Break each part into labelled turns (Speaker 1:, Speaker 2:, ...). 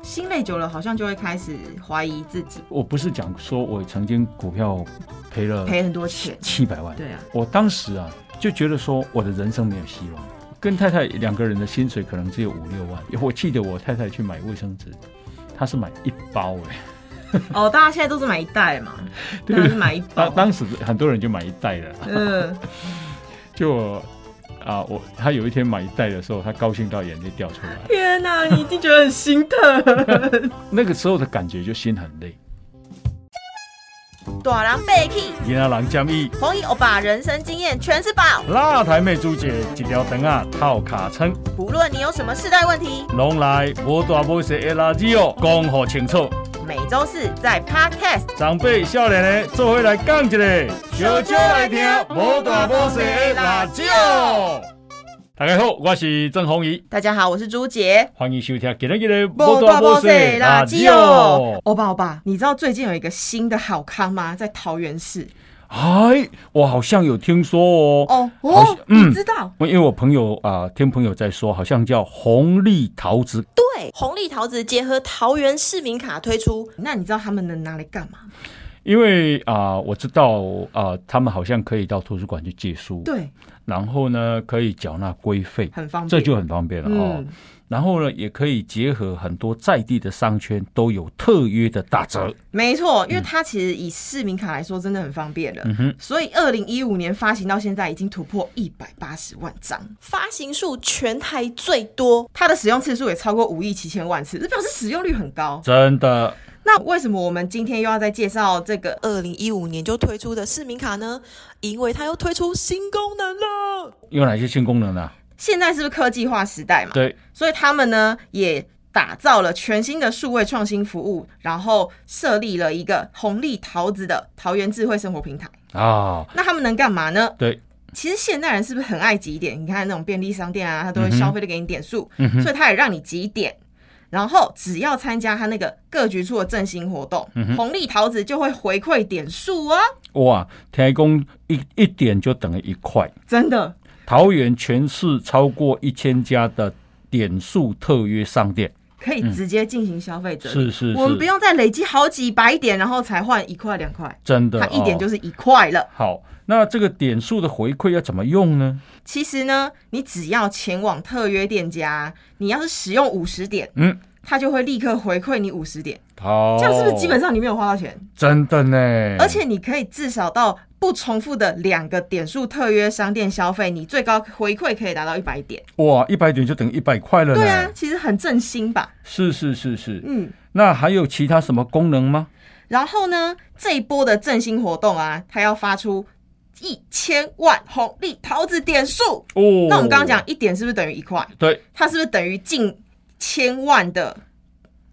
Speaker 1: 心累久了，好像就会开始怀疑自己，
Speaker 2: 我不是讲说我曾经股票赔了
Speaker 1: 赔很多钱。
Speaker 2: 七百万，
Speaker 1: 对啊，
Speaker 2: 我当时啊就觉得说我的人生没有希望，跟太太两个人的薪水可能只有五六万。我记得我太太去买卫生纸，她是买一包哎、
Speaker 1: 哦，大家现在都是买一袋 嘛，当然是买一包
Speaker 2: 当。当时很多人就买一袋了，
Speaker 1: 嗯，
Speaker 2: 就啊我她有一天买一袋的时候，她高兴到眼泪掉出 来。
Speaker 1: 天哪、你一定觉得很心疼。
Speaker 2: 那个时候的感觉就心很累。
Speaker 1: 大人被气，
Speaker 3: 伊阿人建议，
Speaker 1: 红衣欧巴人生经验全是宝，
Speaker 3: 哪台妹主姐一条肠啊套卡称，
Speaker 1: 不论你有什么世代问题，
Speaker 3: 拢来无大无小的垃圾哦，讲好清楚。
Speaker 1: 每周四在 Podcast。
Speaker 3: 长辈少年的做伙来讲一个，
Speaker 1: 小酒来听无大无小的辣椒。
Speaker 3: 哦大家好，我是郑宏仪，
Speaker 1: 大家好，我是朱杰。
Speaker 3: 欢迎收听今日的
Speaker 1: 的
Speaker 3: 辣
Speaker 1: 垃圾
Speaker 3: 椒
Speaker 1: 哦。。欧巴欧巴，你知道最近有一个新的好康吗？在桃园市
Speaker 2: 哎，我好像有听说哦，
Speaker 1: 哦
Speaker 2: 好像
Speaker 1: 哦，
Speaker 2: 嗯
Speaker 1: 你知道？
Speaker 2: 因为我朋友啊、听朋友在说，好像叫红利桃子
Speaker 4: 对，红利桃子结合桃园市民卡推出，
Speaker 1: 那你知道他们能拿来干嘛？
Speaker 2: 因为啊、我知道啊、他们好像可以到图书馆去借书，
Speaker 1: 对，
Speaker 2: 然后呢可以缴纳规费，
Speaker 1: 很方便，
Speaker 2: 这就很方便了哦。
Speaker 1: 嗯
Speaker 2: 然后呢，也可以结合很多在地的商圈都有特约的打折。
Speaker 1: 没错，因为它其实以市民卡来说，真的很方便了。
Speaker 2: 嗯哼
Speaker 1: 所以二零一五年发行到现在，已经突破一百八十万张，
Speaker 4: 发行数全台最多。
Speaker 1: 它的使用次数也超过五亿七千万次，这表示使用率很高。
Speaker 3: 真的，
Speaker 1: 那为什么我们今天又要再介绍这个？
Speaker 4: 二零一五年就推出的市民卡呢，因为它又推出新功能了。
Speaker 2: 有哪些新功能呢、啊
Speaker 1: 现在是不是科技化时代嘛？
Speaker 2: 对，
Speaker 1: 所以他们呢也打造了全新的数位创新服务，然后设立了一个红利桃子的桃园智慧生活平台。
Speaker 2: 啊，
Speaker 1: 那他们能干嘛呢？
Speaker 2: 对，
Speaker 1: 其实现代人是不是很爱积点？你看那种便利商店啊，他都会
Speaker 2: 嗯哼
Speaker 1: 消费的给你点数，
Speaker 2: 嗯哼，
Speaker 1: 所以他也让你积点。然后只要参加他那个各局处的振兴活动，
Speaker 2: 嗯哼
Speaker 1: 红利桃子就会回馈点数哦，
Speaker 2: 哇，台工一一点就等于一块。
Speaker 1: 真的。
Speaker 2: 桃园全市超过一千家的点数特约商店，
Speaker 1: 可
Speaker 2: 嗯
Speaker 1: 以直接进行消费者、
Speaker 2: 是是
Speaker 1: 我们不
Speaker 2: 是，
Speaker 1: 用再累积好几百点，然后才换一块两块，
Speaker 2: 真的，
Speaker 1: 它一点
Speaker 2: 哦
Speaker 1: 就是一块了。
Speaker 2: 好，那这个点数的回馈要怎么用呢？
Speaker 1: 其实呢，你只要前往特约店家，你要是使用五十点，
Speaker 2: 嗯，哦
Speaker 1: 它就会立刻回馈你五十点，
Speaker 2: 好，
Speaker 1: 这样是不是基本上你没有花到钱？
Speaker 2: 真的呢？
Speaker 1: 而且你可以至少到不重复的两个点数特约商店消费，你最高回馈可以达到一百点。
Speaker 2: 哇，一百点就等于一百块了呢。
Speaker 1: 对啊，，其实很振兴吧？
Speaker 2: 是是是是。
Speaker 1: 嗯。
Speaker 2: 那还有其他什么功能吗？
Speaker 1: 然后呢，这一波的振兴活动啊，它要发出一千万红利桃子点数。
Speaker 2: 哦，
Speaker 1: 那我们刚刚讲一点是不是等于一块？
Speaker 2: 对，
Speaker 1: 它是不是等于近千万的？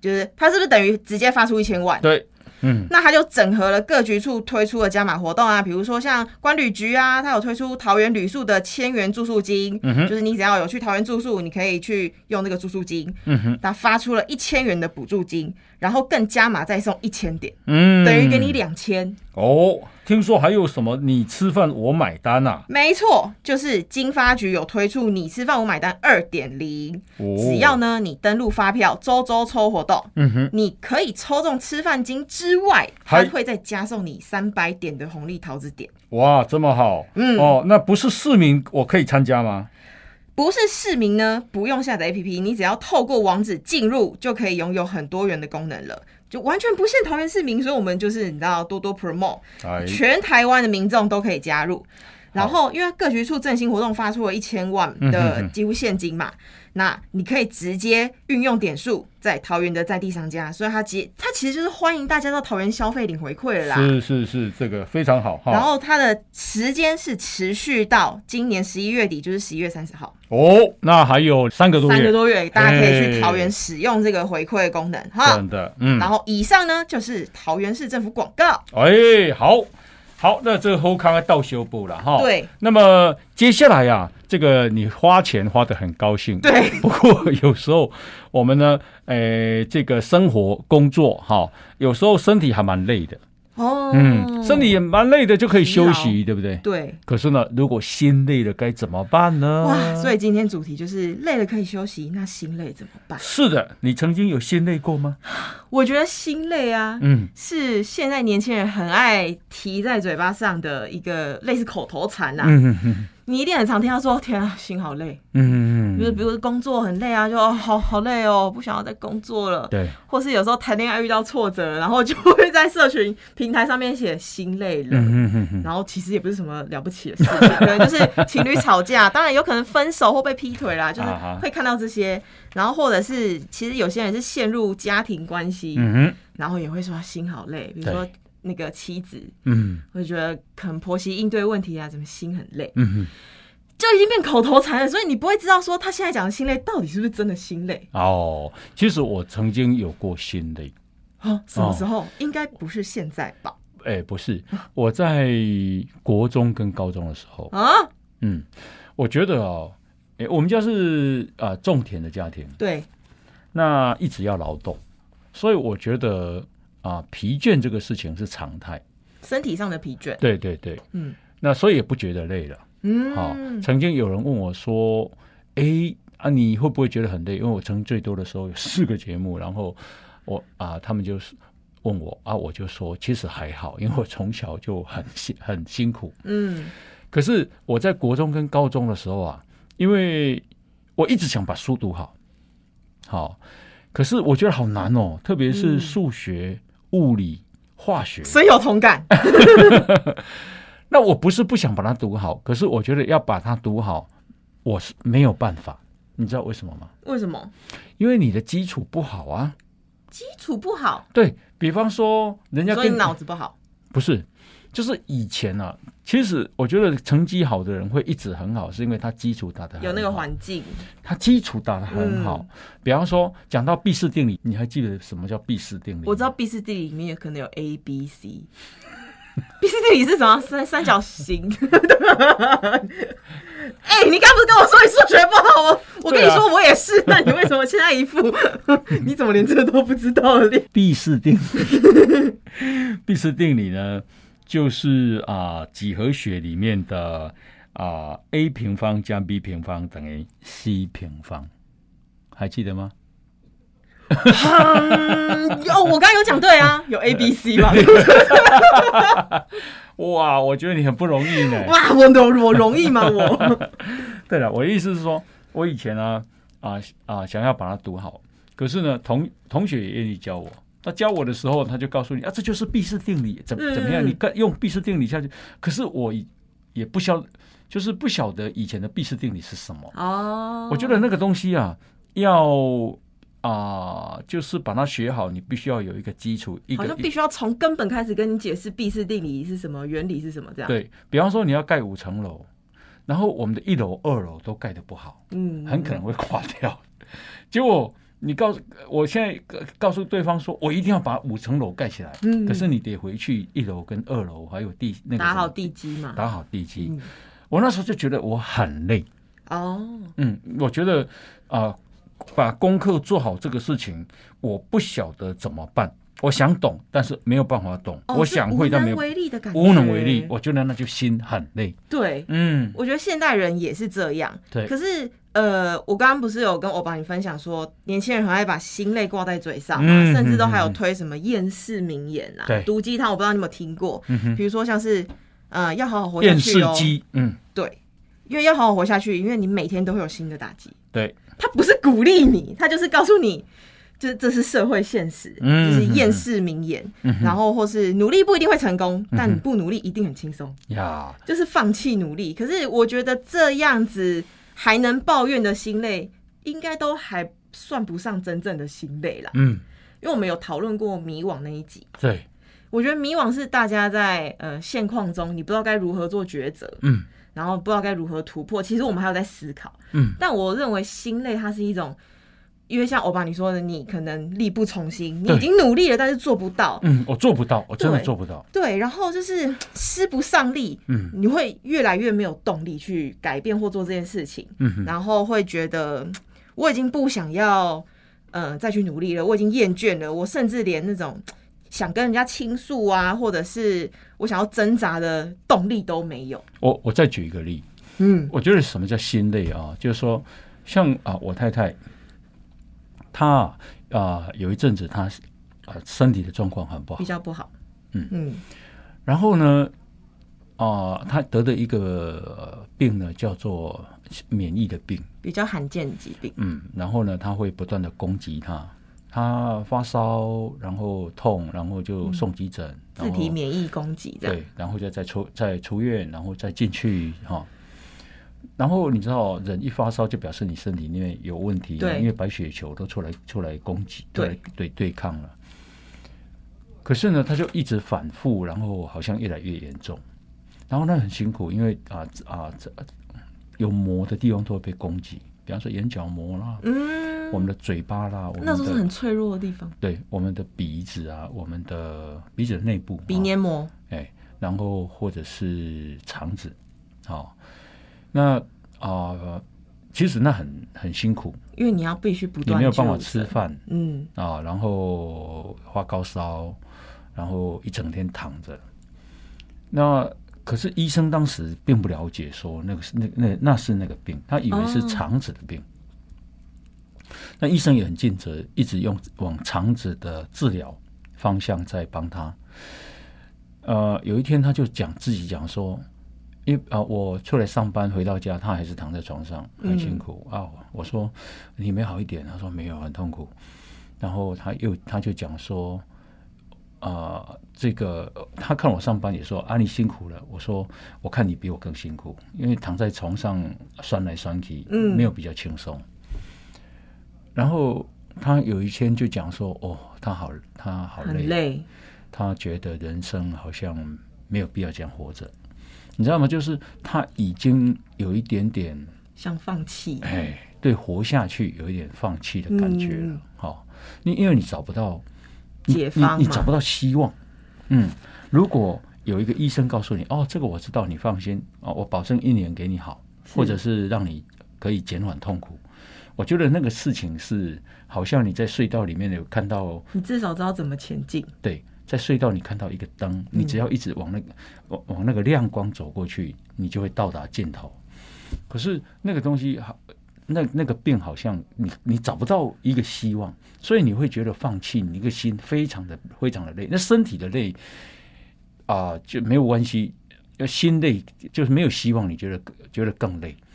Speaker 1: 就是它是不是等于直接发出一千万？
Speaker 2: 对，嗯，
Speaker 1: 那它就整合了各局处推出的加码活动啊，比如说像关旅局啊，它有推出桃园旅宿的千元住宿金，
Speaker 2: 嗯哼
Speaker 1: 就是你只要有去桃园住宿，你可以去用这个住宿金，
Speaker 2: 嗯哼，
Speaker 1: 它发出了一千元的补助金，然后更加码再送一千点，
Speaker 2: 嗯，
Speaker 1: 等于给你两千。
Speaker 2: 哦。听说还有什么你吃饭我买单啊？
Speaker 1: 没错，就是经发局有推出你吃饭我买单二点零，
Speaker 2: 哦，
Speaker 1: 只要呢你登录发票周周抽活动，
Speaker 2: 嗯哼，
Speaker 1: 你可以抽中吃饭金之外，它
Speaker 2: 嗨
Speaker 1: 会再加送你三百点的红利桃子点。
Speaker 2: 哇，这么好，
Speaker 1: 嗯
Speaker 2: 哦，那不是市民我可以参加吗？
Speaker 1: 不是市民呢，不用下载 APP，你只要透过网址进入，就可以拥有很多元的功能了，就完全不限桃园市民。所以，我们就是你知道多多 promote，
Speaker 2: 哎，
Speaker 1: 全台湾的民众都可以加入。然后，因为各局处振兴活动发出了一千万
Speaker 2: 嗯
Speaker 1: 的几乎现金嘛，那你可以直接运用点数在桃园的在地商家，所以它其它其实就是欢迎大家到桃园消费领回馈了啦。
Speaker 2: 是是是，这个非常好哈。
Speaker 1: 然后它的时间是持续到今年十一月底，就是十一月三十号，
Speaker 2: 哦，那还有三个多
Speaker 1: 三个
Speaker 2: 月，
Speaker 1: 多月，大家可以去
Speaker 2: 哎
Speaker 1: 桃园使用这个回馈功能哈
Speaker 2: 真。的，嗯，
Speaker 1: 然后以上呢就是桃园市政府广告，
Speaker 2: 哎，好好，那这个后康啊到修补了哈。。
Speaker 1: 对
Speaker 2: 那么接下来呀、这个你花钱花得很高兴，。
Speaker 1: 对，
Speaker 2: 不过有时候我们呢，呃，这个生活工作哈，有时候身体还蛮累的。
Speaker 1: 哦，
Speaker 2: 嗯，身体也蛮累的，就可以休息，对不对？
Speaker 1: 对，
Speaker 2: 可是呢，如果心累了该怎么办呢？
Speaker 1: 哇，所以今天主题就是累了可以休息，那心累怎么办？
Speaker 2: 是的，你曾经有心累过吗？
Speaker 1: 我觉得心累啊，
Speaker 2: 嗯，
Speaker 1: 是现在年轻人很爱提在嘴巴上的一个类似口头禅啦、
Speaker 2: 嗯哼哼
Speaker 1: 你一定很常听到说：“天啊，心好累。”
Speaker 2: 嗯
Speaker 1: 就是比如工作很累啊，就哦好好累哦，不想要再工作了。
Speaker 2: 对，
Speaker 1: 或是有时候谈恋爱遇到挫折，然后就会在社群平台上面写心累了。
Speaker 2: 嗯哼哼
Speaker 1: 然后其实也不是什么了不起的事情， 可能就是情侣吵架， 当然有可能分手或被劈腿啦，就是
Speaker 2: 啊哈
Speaker 1: 会看到这些，然后或者是其实有些人是陷入家庭关系，
Speaker 2: 嗯哼，
Speaker 1: 然后也会说心好累，比如说
Speaker 2: 对
Speaker 1: 那个妻子，
Speaker 2: 嗯
Speaker 1: 会觉得可能婆媳应对问题啊，怎么心很累，
Speaker 2: 嗯哼，
Speaker 1: 就已经变口头禅了，所以你不会知道说他现在讲的心累到底是不是真的心累
Speaker 2: 哦，其实我曾经有过心累，
Speaker 1: 啊？什么时候？应该不是现在吧？
Speaker 2: 哎，不是，我在国中跟高中的时候，
Speaker 1: 啊，
Speaker 2: 嗯，我觉得哦，哎，我们家是啊、种田的家庭，
Speaker 1: 对，
Speaker 2: 那一直要劳动，所以我觉得啊、疲倦这个事情是常态。
Speaker 1: 身体上的疲倦，
Speaker 2: 对对对，
Speaker 1: 嗯
Speaker 2: 那所以也不觉得累了。好、
Speaker 1: 嗯，
Speaker 2: 曾经有人问我说：“诶，啊，你会不会觉得很累？”因为我曾最多的时候有四个节目，然后我啊，他们就是问我啊，我就说其实还好，因为我从小就很辛很辛苦。
Speaker 1: 嗯，
Speaker 2: 可是我在国中跟高中的时候啊，因为我一直想把书读好，好，可是我觉得好难哦，特别是数学、物理、化学。
Speaker 1: 深有同感，
Speaker 2: 那我不是不想把它读好，可是我觉得要把它读好，我是没有办法。你知道为什么吗？
Speaker 1: 为什么？
Speaker 2: 因为你的基础不好啊。
Speaker 1: 基础不好，
Speaker 2: 对比方说，人家
Speaker 1: 所以
Speaker 2: 跟
Speaker 1: 脑子不 好，
Speaker 2: 不是，就是以前啊，其实我觉得成绩好的人会一直很好，是因为他基础打得很好
Speaker 1: 有那个环嗯境，
Speaker 2: 他基础打得很好。比方说，讲到毕氏定理，你还记得什么叫毕氏定理吗？
Speaker 1: 我知道 B 氏地理里面也可能有 A、B、C。B 氏地理是什么？三三角形。 哎、你刚不是跟我说你数学不好吗？我跟你
Speaker 2: 对啊
Speaker 1: 说我也是，那你为什么现在一副 你怎么连这个都不知道了？
Speaker 2: 毕氏定理。毕氏定理呢，就是啊、几何学里面的啊、a 平方加 b 平方等于 c 平方，还记得吗？
Speaker 1: 嗯， 哦，我刚刚有讲对啊，有 A、B、C 嘛？
Speaker 2: 哇，我觉得你很不容易呢。
Speaker 1: 哇，我容我容易吗？我
Speaker 2: 对了，我的意思是说，我以前呢啊啊、想要把它读好，可是呢，同同学也愿意教我。他教我的时候，他就告诉你啊，这就是毕氏定理，怎
Speaker 1: 嗯
Speaker 2: 怎么样？你看用毕氏定理下去，可是我以也不晓，就是不晓得以前的毕氏定理是什么。
Speaker 1: 哦
Speaker 2: 我觉得那个东西啊，要啊、就是把它学好，你必须要有一个基础，一
Speaker 1: 好
Speaker 2: 个
Speaker 1: 像必须要从根本开始跟你解释 B 氏定理是什么，原理是什么这样。，
Speaker 2: 对比方说你要盖五层楼，然后我们的一楼、二楼都盖得不好。
Speaker 1: 嗯
Speaker 2: 很可能会垮掉。结果你告诉我现在呃告诉对方说，我一定要把五层楼盖起来，
Speaker 1: 嗯
Speaker 2: 可是你得回去一楼跟二楼还有地那个
Speaker 1: 打
Speaker 2: 什么
Speaker 1: 好地基嘛。
Speaker 2: 打好地基。
Speaker 1: 嗯
Speaker 2: 我那时候就觉得我很累，
Speaker 1: 哦，
Speaker 2: 嗯，我觉得啊、把功课做好这个事情，我不晓得怎么办。我想懂，但是没有办法懂。
Speaker 1: 哦
Speaker 2: 我
Speaker 1: 是
Speaker 2: 想会，但没有
Speaker 1: 无能为力的感觉，
Speaker 2: 无能为力。我觉得那就心很累。
Speaker 1: 对，
Speaker 2: 嗯，
Speaker 1: 我觉得现代人也是这样。
Speaker 2: 对
Speaker 1: 可是呃，我刚刚不是有跟欧巴你分享说，年轻人很爱把心累挂在嘴上嘛，
Speaker 2: 嗯
Speaker 1: 甚至都还有
Speaker 2: 嗯嗯
Speaker 1: 推什么厌世名言啊
Speaker 2: 对、嗯
Speaker 1: 毒鸡汤，我不知道你有没有听过。比如说像是呃，要好好活下
Speaker 2: 电视
Speaker 1: 去哦。
Speaker 2: 机，嗯，
Speaker 1: 对，因为要好好活下去，因为你每天都会有新的打击。
Speaker 2: 对，
Speaker 1: 他不是鼓励你，他就是告诉你，这这是社会现实，
Speaker 2: 嗯
Speaker 1: 就是厌世名言，然后或是努力不一定会成功，
Speaker 2: 嗯
Speaker 1: 但你不努力一定很轻松，
Speaker 2: 呀，
Speaker 1: 就是放弃努力。可是我觉得这样子还能抱怨的心累，应该都还算不上真正的心累啦，
Speaker 2: 嗯，
Speaker 1: 因为我们有讨论过迷惘那一集。
Speaker 2: 对，
Speaker 1: 我觉得迷惘是大家在呃现况中，你不知道该如何做抉择，
Speaker 2: 嗯，
Speaker 1: 然后不知道该如何突破。其实我们还有在思考，
Speaker 2: 嗯，
Speaker 1: 但我认为心累它是一种，因为像欧巴你说的，你可能力不从心，你
Speaker 2: 对
Speaker 1: 已经努力了，但是做不到，
Speaker 2: 嗯，我做不到，我真的
Speaker 1: 对
Speaker 2: 做不到。
Speaker 1: 对，然后就是施不上力，
Speaker 2: 嗯，
Speaker 1: 你会越来越没有动力去改变或做这件事情，
Speaker 2: 嗯哼，
Speaker 1: 然后会觉得嗯我已经不想要，呃，再去努力了，我已经厌倦了，我甚至连那种嗯想跟人家倾诉啊，或者是我想要挣扎的动力都没有。
Speaker 2: 我我再举一个例，
Speaker 1: 嗯
Speaker 2: 我觉得什么叫心累啊？就是说，像啊，我太太，她啊、啊有一阵子她啊身体的状况很不好
Speaker 1: 比，较不好。
Speaker 2: 嗯
Speaker 1: 嗯
Speaker 2: 然后呢，啊、她得的一个呃病呢叫做免疫的病，
Speaker 1: 比较罕见疾病。
Speaker 2: 嗯，然后呢，她会不断的攻击她，她发烧，然后痛，然后就送急诊，然
Speaker 1: 嗯自
Speaker 2: 后
Speaker 1: 体免疫攻击这样。
Speaker 2: 哦对，然后再再出再出院，然后再进去哈、然后你知道，人一发烧就表示你身体里面有问题，啊
Speaker 1: 对
Speaker 2: 因为白血球都出来出来攻击，
Speaker 1: 对
Speaker 2: 对对对抗了。可是呢，他就一直反复，然后好像越来越严重，然后那很辛苦，因为啊啊这有膜的地方都会被攻击，比方说眼角膜啦，
Speaker 1: 嗯，
Speaker 2: 我们的嘴巴啦，我们
Speaker 1: 那时候是
Speaker 2: 的
Speaker 1: 很脆弱的地方，
Speaker 2: 对我们的鼻子啊，我们的鼻子的内部
Speaker 1: 鼻
Speaker 2: 啊
Speaker 1: 黏膜。
Speaker 2: 哎，然后或者是肠子，好、那啊、其实那很很辛苦，
Speaker 1: 因为你要必须不
Speaker 2: 你
Speaker 1: 断，
Speaker 2: 没有办法吃。饭
Speaker 1: 嗯，
Speaker 2: 啊，然后发高烧，然后一整天躺着。那可是医生当时并不了解，说那个是那那那是那个病，他以为是
Speaker 1: 哦
Speaker 2: 肠子的病。那医生也很尽责，一直用往肠子的治疗方向在帮他。呃，有一天他就讲自己讲说，因为啊、我出来上班回到家，他还是躺在床上，很辛苦、啊。我说你没好一点，他说没有，很痛苦。然后他又他就讲说，啊、这个呃他看我上班也说啊，你辛苦了。我说我看你比我更辛苦，因为躺在床上酸来酸去，
Speaker 1: 嗯
Speaker 2: 没有比较轻松。然后他有一天就讲说，哦，他好，他好累，
Speaker 1: 很累。
Speaker 2: 他觉得人生好像没有必要这样活着，你知道吗？就是他已经有一点点
Speaker 1: 想放弃，
Speaker 2: 哎，对活下去有一点放弃的感觉了
Speaker 1: 嗯。
Speaker 2: 好、你因为你找不到你
Speaker 1: 解放嘛
Speaker 2: 你，你找不到希望。嗯，如果有一个医生告诉你，哦，这个我知道，你放心哦，我保证一年给你好，或者是让你可以减缓痛苦。我觉得那个事情是，好像你在隧道里面有看到，
Speaker 1: 你至少知道怎么前进。
Speaker 2: 对，在隧道你看到一个灯，你只要一直往那个往往那个亮光走过去，你就会到达尽头。可是那个东西好，那那个病好像你你找不到一个希望，所以你会觉得放弃，你一个心非常的非常的累，那身体的累啊、就没有关系，要心累就是没有希望，你觉得觉得更累。嗯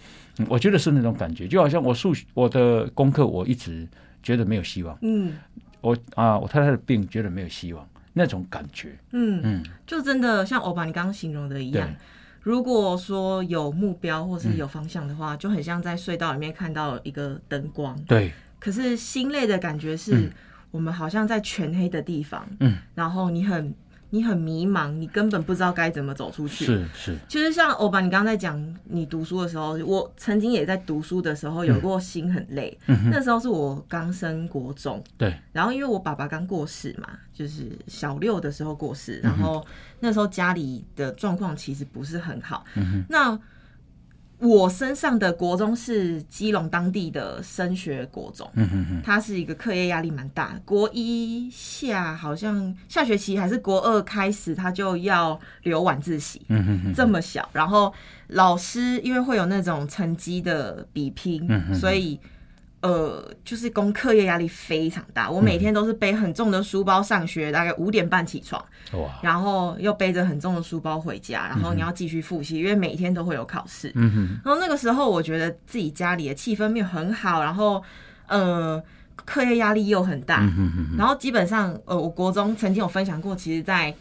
Speaker 2: 我觉得是那种感觉，就好像我数学我的功课我一直觉得没有希望，
Speaker 1: 嗯
Speaker 2: 我啊我太太的病觉得没有希望那种感觉，
Speaker 1: 嗯，
Speaker 2: 嗯，
Speaker 1: 就真的像欧巴你刚刚形容的一
Speaker 2: 对
Speaker 1: 样。如果说有目标或是有方向的
Speaker 2: 嗯
Speaker 1: 话，就很像在隧道里面看到一个灯光。
Speaker 2: 对
Speaker 1: 可是心累的感觉是，我们好像在全黑的地方，
Speaker 2: 嗯，
Speaker 1: 然后你很你很迷茫，你根本不知道该怎么走出去。
Speaker 2: 是是，
Speaker 1: 其实像欧巴，你刚刚在讲你读书的时候，我曾经也在读书的时候有过心很累。那时候是我刚升国中，
Speaker 2: 对
Speaker 1: 然后因为我爸爸刚过世嘛，就是小六的时候过世，然后那时候家里的状况其实不是很好。
Speaker 2: 嗯
Speaker 1: 那我身上的国中是基隆当地的升学国中，
Speaker 2: 嗯哼哼，
Speaker 1: 它是一个课业压力蛮大，国一下好像下学期还是国二开始，他就要留晚自习。
Speaker 2: 嗯哼哼，
Speaker 1: 这么小，然后老师因为会有那种成绩的比拼，
Speaker 2: 嗯
Speaker 1: 所以呃，就是功课业压力非常大。我每天都是背很重的书包上学，大概五点半起床，
Speaker 2: 哇，
Speaker 1: 然后又背着很重的书包回家，然后你要继续复习，因为每天都会有考试。
Speaker 2: 嗯哼，
Speaker 1: 然后那个时候，我觉得自己家里的气氛没有很好，然后呃，课业压力又很大，
Speaker 2: 嗯哼哼，
Speaker 1: 然后基本上，呃，我国中曾经有分享过，其实，在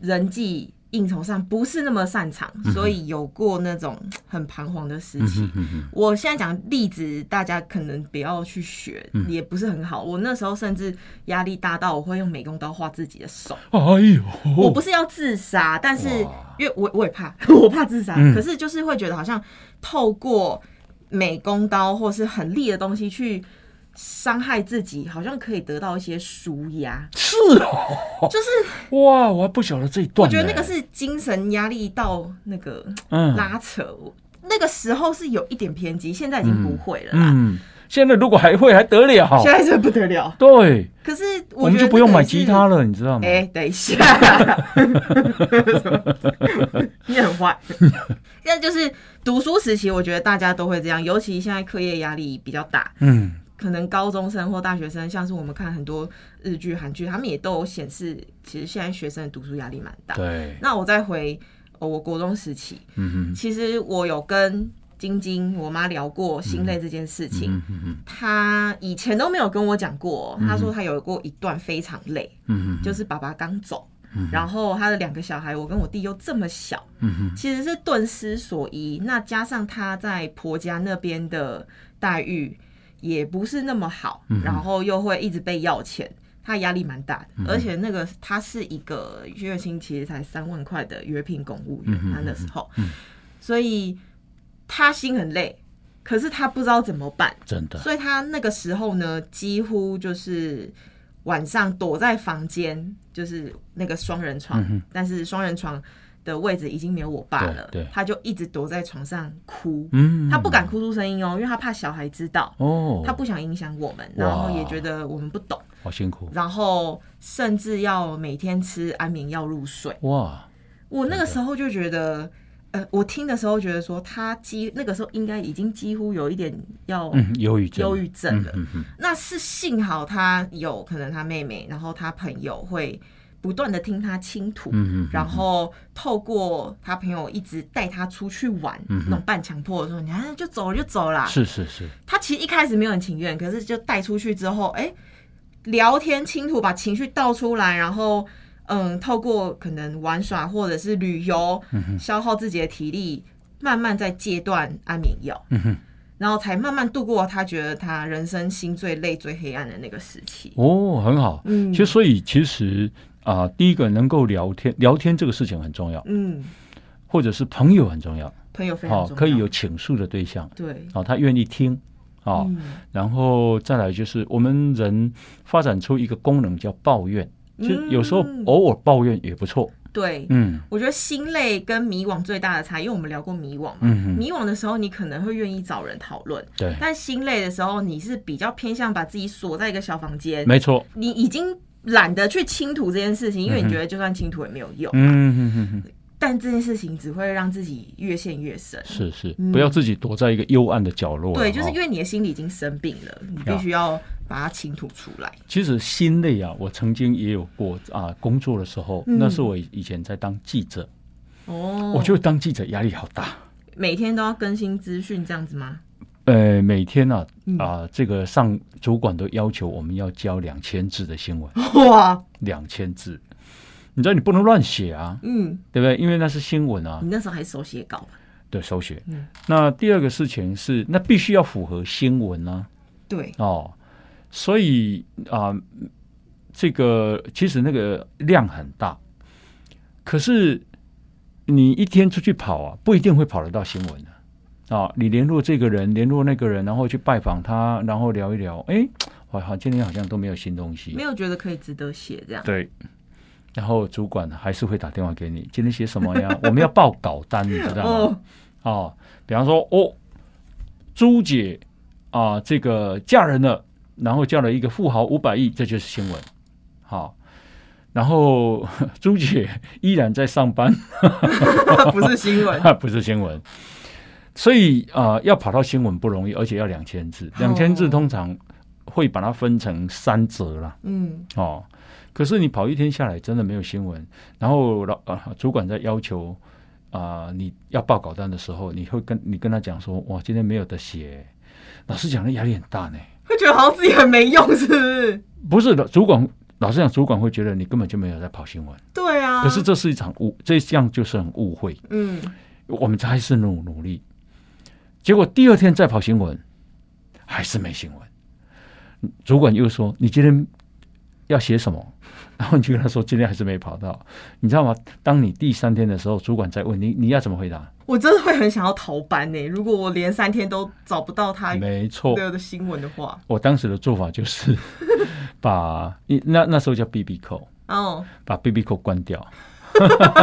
Speaker 1: 人际应酬上不是那么擅长，所以有过那种嘖很彷徨的时期。
Speaker 2: 嗯哼，
Speaker 1: 我现在讲例子，大家可能不要去学，
Speaker 2: 嗯
Speaker 1: 也不是很好。我那时候甚至压力大到我会用美工刀画自己的手。
Speaker 2: 哎呦，
Speaker 1: 我不是要自杀，但是
Speaker 2: 哇嗯
Speaker 1: 因为我我也 怕，我怕自杀，可是就是会觉得好像透过美工刀或是很利的东西去伤害自己，好像可以得到一些舒压，
Speaker 2: 是哦，
Speaker 1: 就是
Speaker 2: 哇，我还不晓得这一
Speaker 1: 我
Speaker 2: 段呢，
Speaker 1: 觉得那个是精神压力到那个
Speaker 2: 嗯
Speaker 1: 拉扯，那个时候是有一点偏激，现在已经不会了啦。
Speaker 2: 嗯，现在如果还会还得了？
Speaker 1: 现在这不得了。
Speaker 2: 对，
Speaker 1: 可是觉
Speaker 2: 我们
Speaker 1: 得
Speaker 2: 就不用买吉他
Speaker 1: 了。
Speaker 2: 了，你知道吗？
Speaker 1: 哎、等一下， 你很 坏。现在就是读书时期，我觉得大家都会这样，尤其现在课业压力比较大，
Speaker 2: 嗯，
Speaker 1: 可能高中生或大学生，像是我们看很多日剧、韩剧，他们也都有显示，其实现在学生的读书压力蛮大。
Speaker 2: 对，
Speaker 1: 那我再回、呃我国中时期，
Speaker 2: 嗯
Speaker 1: 其实我有跟晶晶我妈聊过心累这件事
Speaker 2: 哼，
Speaker 1: 情，
Speaker 2: 嗯哼哼，
Speaker 1: 她以前都没有跟我讲过哦，她说她有过一段非常累，
Speaker 2: 嗯哼，
Speaker 1: 就是爸爸刚走，然后他的两个小孩，我跟我弟又这么小，
Speaker 2: 嗯哼，
Speaker 1: 其实是顿失所依。那加上他在婆家那边的待遇也不是那么好，
Speaker 2: 嗯
Speaker 1: 然后又会一直被要钱。他压力蛮大的，
Speaker 2: 嗯
Speaker 1: 而且那个他是一个月薪其实才三万块的约聘公务
Speaker 2: 嗯
Speaker 1: 员，他那时候，所以他心很累，可是他不知道怎么办，
Speaker 2: 真的，
Speaker 1: 所以他那个时候呢，几乎就是晚上躲在房间，就是那个双人床，但是双人床的位置已经没有我爸了，
Speaker 2: 嗯对对
Speaker 1: 他就一直躲在床上哭，
Speaker 2: 嗯，
Speaker 1: 他不敢哭出声音哦，因为他怕小孩知道，
Speaker 2: 哦，
Speaker 1: 他不想影响我们，然后也觉得我们不懂，
Speaker 2: 好辛苦，
Speaker 1: 然后甚至要每天吃安眠药入睡。
Speaker 2: 哇，
Speaker 1: 我那个时候就觉得。呃，我听的时候觉得说他几那个时候应该已经几乎有一点要
Speaker 2: 嗯，忧郁症，
Speaker 1: 忧郁症了，
Speaker 2: 嗯哼，
Speaker 1: 那是幸好他有可能他妹妹，然后他朋友会不断的听他倾吐，
Speaker 2: 嗯哼，
Speaker 1: 然后透过他朋友一直带他出去玩，
Speaker 2: 嗯
Speaker 1: 那种半强迫的说，你啊就走了就走啦。
Speaker 2: 是是是，
Speaker 1: 他其实一开始没有很情愿，可是就带出去之后，哎、聊天倾吐，把情绪倒出来，然后嗯，透过可能玩耍或者是旅游，
Speaker 2: 嗯
Speaker 1: 消耗自己的体力，慢慢再戒断安眠药，
Speaker 2: 嗯哼，
Speaker 1: 然后才慢慢度过他觉得他人生心最累、最黑暗的那个时期。
Speaker 2: 哦，很好。
Speaker 1: 嗯
Speaker 2: 其实，所以其实啊、第一个能够聊天，聊天这个事情很重要，
Speaker 1: 嗯，
Speaker 2: 或者是朋友很重要，
Speaker 1: 朋友非常
Speaker 2: 好、
Speaker 1: 重要，
Speaker 2: 可以有倾诉的对象，
Speaker 1: 对，
Speaker 2: 好、他愿意听，好、
Speaker 1: 嗯
Speaker 2: 然后再来就是我们人发展出一个功能叫抱怨，就有时候
Speaker 1: 嗯
Speaker 2: 偶尔抱怨也不错，
Speaker 1: 对，
Speaker 2: 嗯
Speaker 1: 我觉得心累跟迷惘最大的差异，因为我们聊过迷惘嘛，
Speaker 2: 嗯哼，
Speaker 1: 迷惘的时候你可能会愿意找人讨论，
Speaker 2: 对，
Speaker 1: 但心累的时候你是比较偏向把自己锁在一个小房间，
Speaker 2: 没错，
Speaker 1: 你已经懒得去倾吐这件事情，因为你
Speaker 2: 嗯哼
Speaker 1: 觉得就算倾吐也没有用，
Speaker 2: 嗯哼哼哼，
Speaker 1: 但这件事情只会让自己越陷越深。
Speaker 2: 是是，
Speaker 1: 嗯
Speaker 2: 不要自己躲在一个幽暗的角落了，啊
Speaker 1: 对，就是
Speaker 2: 哈
Speaker 1: 因为你的心里已经生病了，你必须要把它倾吐出来。
Speaker 2: 其实心累啊，我曾经也有过啊，工作的时候，
Speaker 1: 嗯
Speaker 2: 那是我以前在当记者，
Speaker 1: 哦，
Speaker 2: 我觉得当记者压力好大。
Speaker 1: 每天都要更新资讯这样子 吗？
Speaker 2: 呃，每天呢、
Speaker 1: 嗯
Speaker 2: 啊，这个上主管都要求我们要交两千字的新闻，
Speaker 1: 哇，
Speaker 2: 两千字，你知道你不能乱写啊，
Speaker 1: 嗯，
Speaker 2: 对不对？因为那是新闻啊
Speaker 1: 你，那时候还手写稿吧？
Speaker 2: 对，手写
Speaker 1: 嗯。
Speaker 2: 那第二个事情是，那必须要符合新闻啊，
Speaker 1: 对，
Speaker 2: 哦，所以啊，这个其实那个量很大，可是你一天出去跑啊，不一定会跑得到新闻的啊。你联络这个人，联络那个人，然后去拜访他，然后聊一聊，哎，我好，今天好像都没有新东西
Speaker 1: 没。有觉得可以值得写这样。
Speaker 2: 对。然后主管还是会打电话给你，今天写什么呀？我们要报稿单，你知道吗？
Speaker 1: 哦，
Speaker 2: 哦，比方说哦，朱姐啊、这个嫁人了，然后嫁了一个富豪五百亿，这就是新闻。好、然后 呵朱姐依然在上班，
Speaker 1: 哦 不是新闻，
Speaker 2: 不是新闻。所以啊、要跑到新闻不容易，而且要两千字，两千字
Speaker 1: 哦
Speaker 2: 通常会把它分成三折啦。
Speaker 1: 嗯，
Speaker 2: 哦，可是你跑一天下来，真的没有新闻。然后老啊、主管在要求啊、你要报稿单的时候，你会跟你跟他讲说，哇，今天没有得写。老师讲的压力很大呢。
Speaker 1: 会觉得好像自己很没用，是不是？
Speaker 2: 不是老主管，老师讲主管会觉得你根本就没有在跑新闻。
Speaker 1: 对啊。
Speaker 2: 可是，这是一场误，这样就是很误会。
Speaker 1: 嗯，
Speaker 2: 我们还是努努力，结果第二天再跑新闻，还是没新闻。主管又说：“你今天要写什么？”然后你就跟他说：“今天还是没跑到。”你知道吗？当你第三天的时候，主管在问你：“你要怎么回答
Speaker 1: 我真的会很想要逃班呢、如果我连三天都找不到？”他
Speaker 2: 没错，
Speaker 1: 的新闻的话，
Speaker 2: 我当时的做法就是把一那那时候叫 B B 扣，
Speaker 1: 哦，
Speaker 2: 把 B B 扣关掉，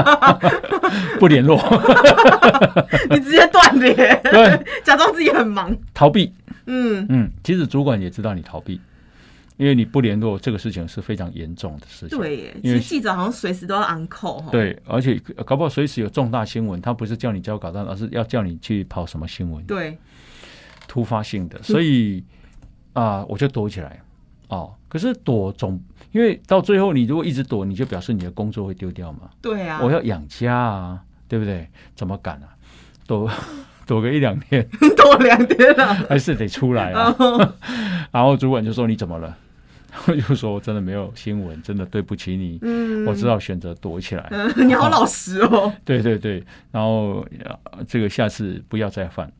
Speaker 2: 不联络，
Speaker 1: 你直接断联，
Speaker 2: 对，
Speaker 1: 假装自己很忙。
Speaker 2: 逃避，
Speaker 1: 嗯
Speaker 2: 嗯，其实主管也知道你逃避，因为你不联络这个事情是非常严重的事情。
Speaker 1: 对耶，其
Speaker 2: 因为
Speaker 1: 实记者好像随时都要 on call 哦哈。，
Speaker 2: 对，而且呃搞不好随时有重大新闻，他不是叫你交稿单，而是要叫你去跑什么新闻，
Speaker 1: 对，嗯
Speaker 2: 突发性的，所以啊、我就躲起来哦。可是躲总，因为到最后你如果一直躲，你就表示你的工作会丢掉嘛。
Speaker 1: 对啊，
Speaker 2: 我要养家啊，对不对？怎么敢啊？躲 躲个一两天，
Speaker 1: 多两天 了。
Speaker 2: 还是得出来
Speaker 1: 哦
Speaker 2: 啊。然后主管就说：“你怎么了？” 我就说：“我真的没有新闻，真的对不起你。
Speaker 1: 嗯，
Speaker 2: 我知道选择躲起来。
Speaker 1: 嗯，你好老实哦。
Speaker 2: 对对对，然后呃这个下次不要再犯。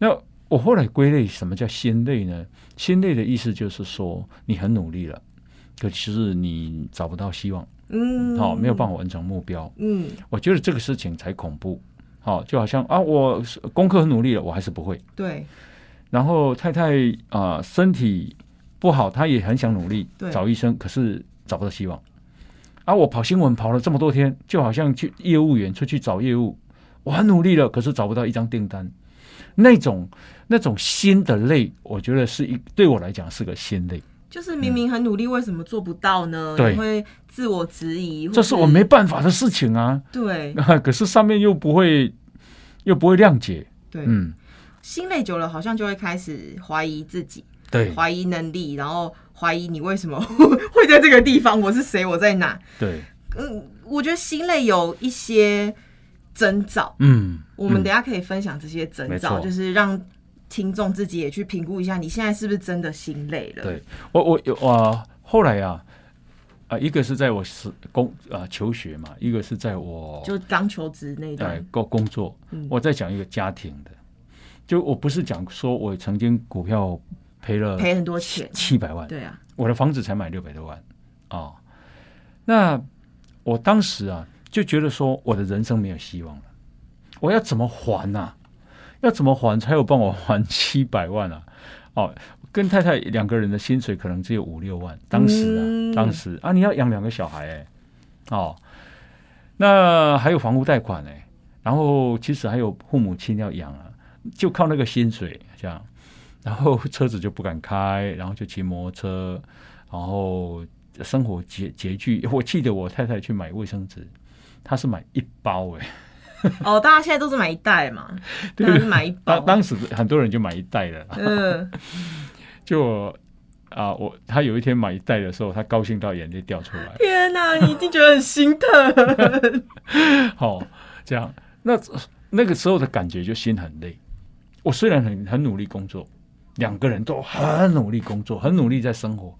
Speaker 2: 那我后来归类什么叫心累呢？心累的意思就是说你很努力了，可其实你找不到希望，
Speaker 1: 嗯，
Speaker 2: 好、没有办法完成目标。
Speaker 1: 嗯，
Speaker 2: 我觉得这个事情才恐怖。好、就好像啊，我是功课很努力了，我还是不会。
Speaker 1: 对
Speaker 2: 然后太太啊、呃身体不好，她也很想努力
Speaker 1: 对
Speaker 2: 找医生，可是找不到希望。啊，我跑新闻跑了这么多天，就好像去业务员出去找业务，我很努力了，可是找不到一张订单。那种那种心的累，我觉得是一对我来讲是个心累，
Speaker 1: 就是明明很努力，为什么做不到呢？
Speaker 2: 嗯对
Speaker 1: 你会自我质疑，或
Speaker 2: 这是我没办法的事情啊。
Speaker 1: 对
Speaker 2: 可是上面又不会又不会谅解，
Speaker 1: 对，
Speaker 2: 嗯，
Speaker 1: 心累久了，好像就会开始怀疑自己，
Speaker 2: 对
Speaker 1: 怀疑能力，然后怀疑你为什么 会在这个地方，我是谁，我在哪？
Speaker 2: 对，
Speaker 1: 嗯，我觉得心累有一些征兆，
Speaker 2: 嗯，
Speaker 1: 我们
Speaker 2: 嗯
Speaker 1: 等一下可以分享这些征
Speaker 2: 没
Speaker 1: 兆，
Speaker 2: 错
Speaker 1: 就是让听众自己也去评估一下，你现在是不是真的心累了？
Speaker 2: 对我我有啊，后来啊啊，一个是在我是工啊求学嘛，一个是在我
Speaker 1: 就刚求职那一
Speaker 2: 呃
Speaker 1: 段，
Speaker 2: 工工作
Speaker 1: 嗯，
Speaker 2: 我在讲一个家庭的，就我不是讲说我曾经股票赔了
Speaker 1: 赔很多钱，
Speaker 2: 七百万，
Speaker 1: 对啊，
Speaker 2: 我的房子才买六百多万啊、那我当时啊就觉得说我的人生没有希望了，我要怎么还呐、要怎么还才有办法还七百万啊？哦，跟太太两个人的薪水可能只有五六万，当时啊，
Speaker 1: 嗯
Speaker 2: 当时啊，你要养两个小孩哎、哦，那还有房屋贷款哎、然后其实还有父母亲要养啊，就靠那个薪水这样，然后车子就不敢开，然后就骑摩托车，然后生活拮拮据。 我记得我太太去买卫生纸，她是买一包哎、
Speaker 1: 哦，大家现在都是买一袋嘛，
Speaker 2: 对
Speaker 1: 当然是买一包
Speaker 2: 当，当时很多人就买一袋了，
Speaker 1: 嗯，
Speaker 2: 就啊、我她有一天买一袋的时候，她高兴到眼泪掉出来，
Speaker 1: 天哪、你一定觉得很心疼。
Speaker 2: 好、这样那那个时候的感觉就心很累。我虽然很很努力工作，两个人都很努力工作，很努力在生活，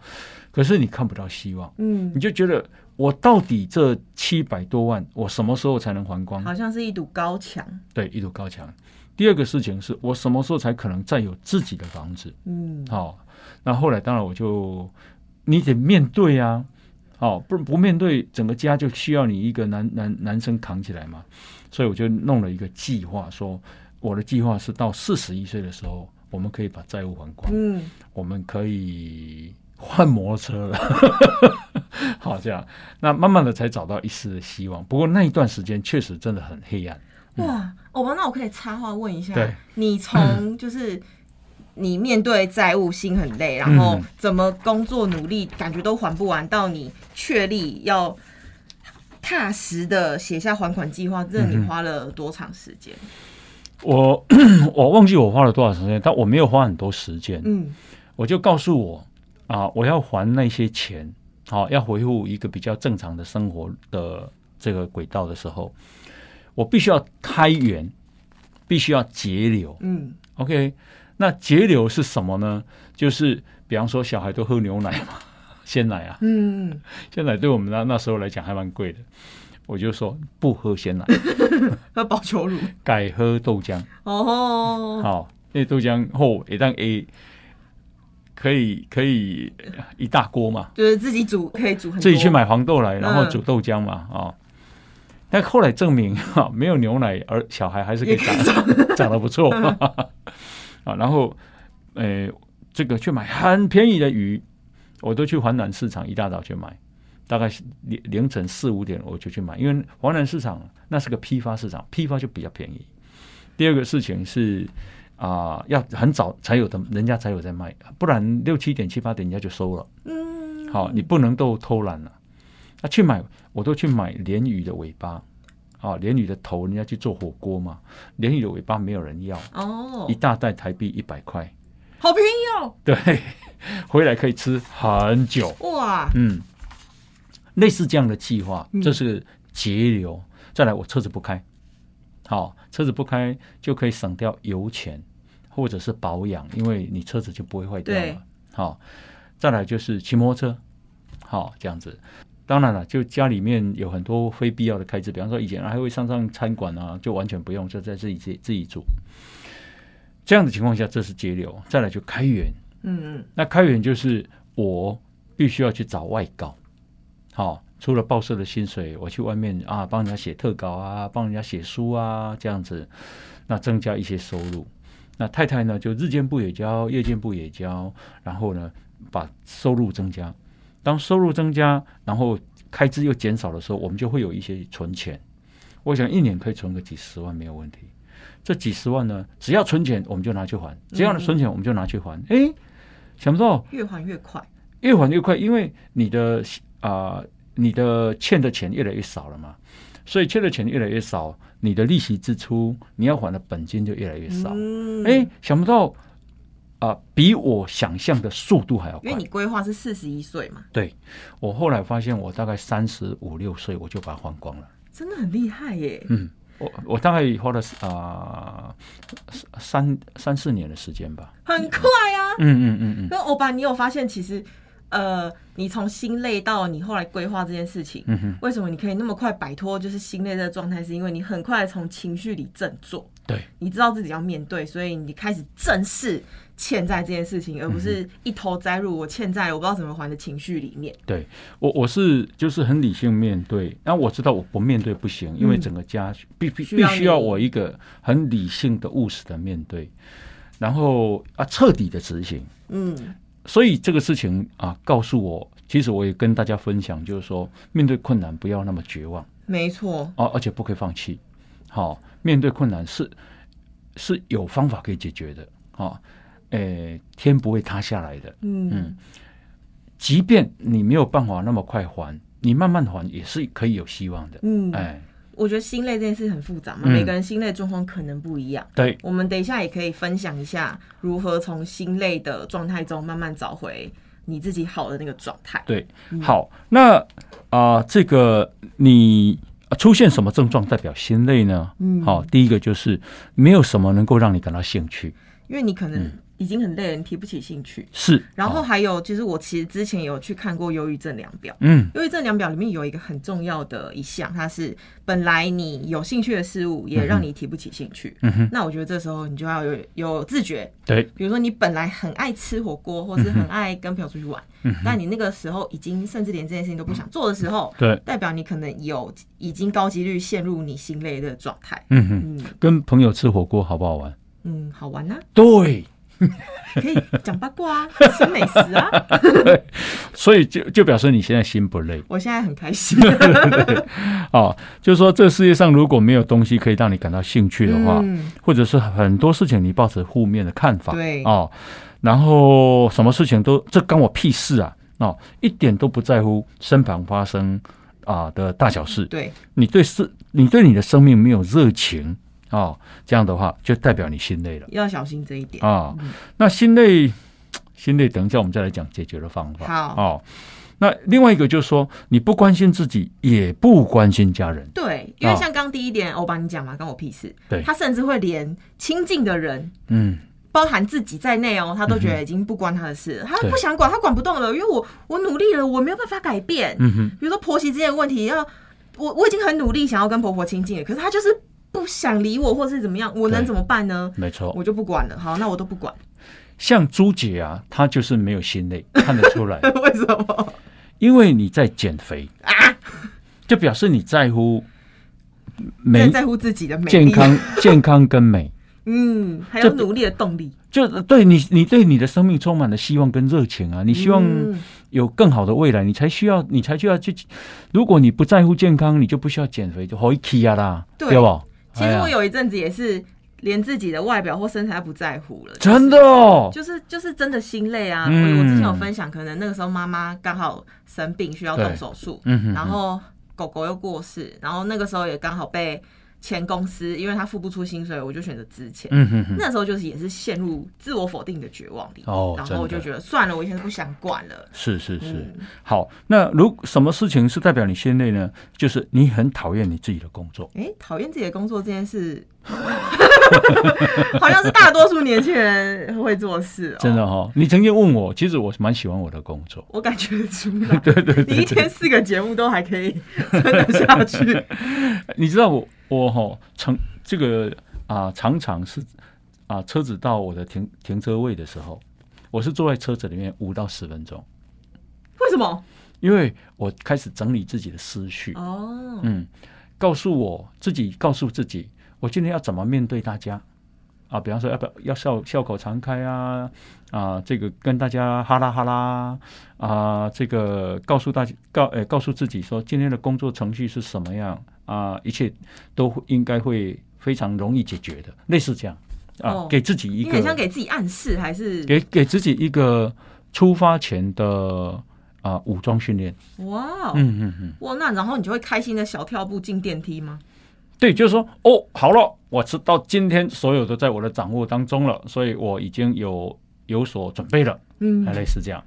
Speaker 2: 可是你看不到希望。
Speaker 1: 嗯
Speaker 2: 你，就觉得我到底这七百多万，我什么时候才能还光？
Speaker 1: 好像是一堵高墙。
Speaker 2: 对，一堵高墙。第二个事情是我什么时候才可能再有自己的房子？
Speaker 1: 嗯，
Speaker 2: 好、那后来当然我就你得面对啊，好、不不面对整个家就需要你一个男男男生扛起来嘛，所以我就弄了一个计划，说我的计划是到四十一岁的时候，我们可以把债务还光。
Speaker 1: 嗯，
Speaker 2: 我们可以换摩托车了。 好，这样，那慢慢的才找到一丝的希望。不过那一段时间确实真的很黑暗。
Speaker 1: 哇，哦，那我可以插话问一下
Speaker 2: 嗯对，
Speaker 1: 你 从就是你面对债务心很累，然后
Speaker 2: 嗯
Speaker 1: 怎么工作努力感觉都还不完，到你确立要踏实的写下还款计划，这你
Speaker 2: 嗯
Speaker 1: 花了多长时间？
Speaker 2: 我 我忘记我花了多少时间，但我没有花很多时间。
Speaker 1: 嗯
Speaker 2: 我就告诉我啊，我要还那些钱，好、要恢复一个比较正常的生活的这个轨道的时候，我必须要开源，必须要节流。
Speaker 1: 嗯，
Speaker 2: OK，那节流是什么呢？就是比方说小孩都喝牛奶嘛，鲜奶啊，
Speaker 1: 嗯，
Speaker 2: 鲜奶对我们那那时候来讲还蛮贵的。我就说不喝鲜奶，
Speaker 1: 喝保球乳
Speaker 2: 改喝豆浆。
Speaker 1: 哦，
Speaker 2: 好、因为豆浆后一旦 A 可以可以一大锅嘛，
Speaker 1: 就是自己煮可以煮很多，
Speaker 2: 自己去买黄豆来，然后
Speaker 1: 嗯
Speaker 2: 煮豆浆嘛，啊、但后来证明哈、没有牛奶，而小孩还是可以长长得不错 啊。然后，呃，这个去买很便宜的鱼，我都去华南市场一大早去买，大概是凌凌晨四五点我就去买，因为华南市场那是个批发市场，批发就比较便宜。第二个事情是啊、啊、要很早才有的，人家才有在卖，不然六七点七八点人家就收了。
Speaker 1: 嗯，
Speaker 2: 好、你不能够偷懒了、啊。去买我都去买鲢鱼的尾巴，啊，鲢鱼的头人家去做火锅嘛，鲢鱼的尾巴没有人要，
Speaker 1: 哦
Speaker 2: 一，大袋台币一百块，
Speaker 1: 好便宜哦，
Speaker 2: 对，回来可以吃很久。
Speaker 1: 哇，
Speaker 2: 嗯，类似这样的计划
Speaker 1: 嗯，
Speaker 2: 这是节流。再来，我车子不开，好、车子不开就可以省掉油钱或者是保养，因为你车子就不会坏掉
Speaker 1: 对
Speaker 2: 了。好、再来就是骑摩托车，好、这样子。当然了，就家里面有很多非必要的开支，比方说以前还会上上餐馆啊，就完全不用，就在自己自己自己煮。这样的情况下，这是节流。再来就开源，
Speaker 1: 嗯嗯，
Speaker 2: 那开源就是我必须要去找外稿，好、除了报社的薪水，我去外面啊帮人家写特稿啊，帮人家写书啊，这样子，那增加一些收入。那太太呢，就日间部也教，夜间部也教，然后呢，把收入增加。当收入增加，然后开支又减少的时候，我们就会有一些存钱。我想一年可以存个几十万没有问题。这几十万呢，只要存钱，我们就拿去还；只要存钱，我们就拿去还。诶，想不到
Speaker 1: 越还越快，
Speaker 2: 越还越快，因为你的啊、你的欠的钱越来越少了嘛，所以欠的钱越来越少，你的利息支出，你要还的本金就越来越少。哎、
Speaker 1: 嗯，
Speaker 2: 想不到啊、比我想象的速度还要
Speaker 1: 因
Speaker 2: 快
Speaker 1: 为。你规划是四十一岁嘛，
Speaker 2: 对我后来发现，我大概三十五六岁我就把它还光了。
Speaker 1: 真的很厉害耶，
Speaker 2: 嗯，我我大概花了啊、三三四年的时间吧。
Speaker 1: 很快啊。
Speaker 2: 嗯嗯嗯嗯
Speaker 1: 那欧巴，你有发现其实，呃，你从心累到你后来规划这件事情，
Speaker 2: 嗯哼，
Speaker 1: 为什么你可以那么快摆脱就是心累的状态？是因为你很快从情绪里振作，
Speaker 2: 对。
Speaker 1: 你知道自己要面对，所以你开始正视欠债这件事情，而不
Speaker 2: 嗯
Speaker 1: 是一头栽入我欠债了，我不知道怎么还的情绪里面。
Speaker 2: 对我我是就是很理性面对，那我知道我不面对不行，因为整个家必必
Speaker 1: 嗯需
Speaker 2: 必
Speaker 1: 要
Speaker 2: 须要
Speaker 1: 你
Speaker 2: 我一个很理性的、务实的面对，然后啊彻底的执行。
Speaker 1: 嗯，
Speaker 2: 所以这个事情啊，告诉我，其实我也跟大家分享，就是说面对困难不要那么绝望
Speaker 1: 没错，
Speaker 2: 啊，而且不可以放弃。好、面对困难是是有方法可以解决的啊，诶，天不会塌下来的。
Speaker 1: 嗯
Speaker 2: 即便你没有办法那么快还，你慢慢还也是可以有希望的。
Speaker 1: 嗯，
Speaker 2: 哎，
Speaker 1: 我觉得心累这件事很复杂嘛，
Speaker 2: 嗯
Speaker 1: 每个人心累状况可能不一样。
Speaker 2: 对，
Speaker 1: 我们等一下也可以分享一下如何从心累的状态中慢慢找回你自己好的那个状态。
Speaker 2: 对，好，那啊、这个你呃出现什么症状代表心累呢？
Speaker 1: 嗯
Speaker 2: 好、第一个就是没有什么能够让你感到兴趣，
Speaker 1: 因为你可
Speaker 2: 嗯
Speaker 1: 能已经很累了，你提不起兴趣。
Speaker 2: 是，
Speaker 1: 然后
Speaker 2: 好
Speaker 1: 还有，就是我其实之前有去看过忧郁症量表，
Speaker 2: 嗯，
Speaker 1: 忧郁症量表里面有一个很重要的一项，它是本来你有兴趣的事物，也让你提不起兴趣。
Speaker 2: 嗯哼
Speaker 1: 那我觉得这时候你就要有有自觉，
Speaker 2: 对，
Speaker 1: 比如说你本来很爱吃火锅，或是很爱跟朋友出去玩，
Speaker 2: 嗯
Speaker 1: 但你那个时候已经甚至连这件事情都不想做的时候，
Speaker 2: 对，
Speaker 1: 代表你可能有已经高几率陷入你心累的状态。
Speaker 2: 嗯哼，
Speaker 1: 嗯
Speaker 2: 跟朋友吃火锅好不好玩？
Speaker 1: 嗯，好玩啊，
Speaker 2: 对，
Speaker 1: 可以讲八 卦啊，吃美食啊，
Speaker 2: 所以就就表示你现在心不累
Speaker 1: 我现在很开心。
Speaker 2: 哦，就是说这世界上如果没有东西可以让你感到兴趣的话，
Speaker 1: 嗯
Speaker 2: 或者是很多事情你抱着负面的看法，
Speaker 1: 对
Speaker 2: 哦，然后什么事情都这干我屁事啊，哦，一点都不在乎身旁发生啊、的大小事，
Speaker 1: 对，
Speaker 2: 你对事，你对你的生命没有热情哦，这样的话就代表你心累了
Speaker 1: 要小心这一点。
Speaker 2: 啊、
Speaker 1: 嗯
Speaker 2: 那心累，心累，等一下我们再来讲解决的方法。
Speaker 1: 好
Speaker 2: 哦，那另外一个就是说，你不关心自己，也不关心家人，
Speaker 1: 对，因为
Speaker 2: 哦
Speaker 1: 像刚第一点，我帮你讲嘛，关我屁事。
Speaker 2: 对
Speaker 1: 他甚至会连亲近的人，
Speaker 2: 嗯，
Speaker 1: 包含自己在内哦，他都觉得已经不关他的事了，他
Speaker 2: 对
Speaker 1: 不想管，他管不动了，因为我我努力了，我没有办法改变。
Speaker 2: 嗯哼，
Speaker 1: 比如说婆媳之间的问题，要我我已经很努力想要跟婆婆亲近了，可是她就是不想理我，或是怎么样，我能
Speaker 2: 对哦
Speaker 1: 怎么办呢？
Speaker 2: 没错。
Speaker 1: 我就不管了，好，那我都不管，
Speaker 2: 像朱姐啊，她就是没有心累，看得出来，
Speaker 1: 为什么？
Speaker 2: 因为你在减肥啊，就表示你在乎
Speaker 1: 在
Speaker 2: 美、
Speaker 1: 在乎自己的美
Speaker 2: 健
Speaker 1: 丽，
Speaker 2: 康、 健康跟美，
Speaker 1: 嗯，还有
Speaker 2: 这
Speaker 1: 努力的动力，
Speaker 2: 就对你，你对你的生命充满了希望跟热情啊！你希望
Speaker 1: 嗯
Speaker 2: 有更好的未来，你才需要，你才需要去。如果你不在乎健康，你就不需要减肥，就回去啊啦，
Speaker 1: 对
Speaker 2: 对不？
Speaker 1: 其实
Speaker 2: 哎呀
Speaker 1: 我有一阵子也是连自己的外表或身材不在乎了，
Speaker 2: 真的哦，
Speaker 1: 就是就是真的心累啊！我、
Speaker 2: 嗯
Speaker 1: 我之前有分享，可能那个时候妈妈刚好生病需要动手术，
Speaker 2: 嗯哼哼
Speaker 1: 然后狗狗又过世，然后那个时候也刚好被前公司，因为他付不出薪水，我就选择之前。
Speaker 2: 嗯哼哼，
Speaker 1: 那时候就是也是陷入自我否定的绝望里，
Speaker 2: 哦
Speaker 1: 然
Speaker 2: 真
Speaker 1: 后
Speaker 2: 的
Speaker 1: 我就觉得算了，我以前不想管了。
Speaker 2: 是是是
Speaker 1: 嗯，
Speaker 2: 好，那如什么事情是代表你心累呢？就是你很讨厌你自己的工作，
Speaker 1: 哎、讨厌自己的工作这件事， 好像是大多数年轻人会做的事哦、
Speaker 2: 真的哦。你曾经问我，其实我蛮喜欢我的工作，
Speaker 1: 我感觉得出 来。对对对你一天四个节目都还可以 撑得下去。
Speaker 2: 你知道我我哈、常这个啊、常常是啊、车子到我的停停车位的时候，我是坐在车子里面五到十分钟，
Speaker 1: 为什么？
Speaker 2: 因为我开始整理自己的思绪，
Speaker 1: 哦，
Speaker 2: 嗯，告诉我自己，告诉自己，我今天要怎么面对大家啊？比方说，要不要要笑笑口常开啊？啊，这个跟大家哈拉哈拉啊，这个告诉大家告呃告诉自己说，今天的工作程序是什么样啊？一切都会应该会非常容易解决的，类似这样啊，
Speaker 1: 哦
Speaker 2: 给自己一
Speaker 1: 你
Speaker 2: 个
Speaker 1: 很像给自己暗示，还是
Speaker 2: 给给自己一个出发前的啊武装训练，
Speaker 1: 哇哦、
Speaker 2: 嗯嗯嗯。
Speaker 1: 哇，那然后你就会开心的小跳步进电梯吗？
Speaker 2: 对，就是说，哦，好了，我知道今天所有都在我的掌握当中了，所以我已经有有所准备了，哎
Speaker 1: 嗯，
Speaker 2: 类似这样。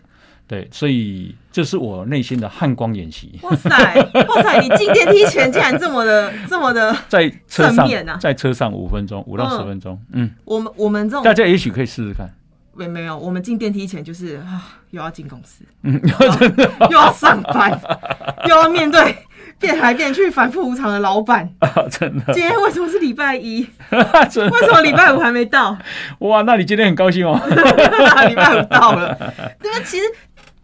Speaker 2: 对，所以这是我内心的汉光 演习，
Speaker 1: 哇塞，哇塞，你进电梯前竟然这么的、这么的，
Speaker 2: 在车
Speaker 1: 正
Speaker 2: 上，
Speaker 1: 面啊
Speaker 2: 在车上五分钟，五到十
Speaker 1: 嗯
Speaker 2: 分钟，嗯，
Speaker 1: 我们我们这
Speaker 2: 大
Speaker 1: 种
Speaker 2: 家也许可以试试看。
Speaker 1: 没没有，我们进电梯前就是啊，又要进公司，嗯， 又要上班，又要面对变来变去、反复无常的老板。
Speaker 2: 真的，
Speaker 1: 今天为什么是礼拜一？为
Speaker 2: 真
Speaker 1: 什么礼拜五还没到？
Speaker 2: 的，哇，那你今天很高兴哦。
Speaker 1: 礼拜五到了，对吧？其实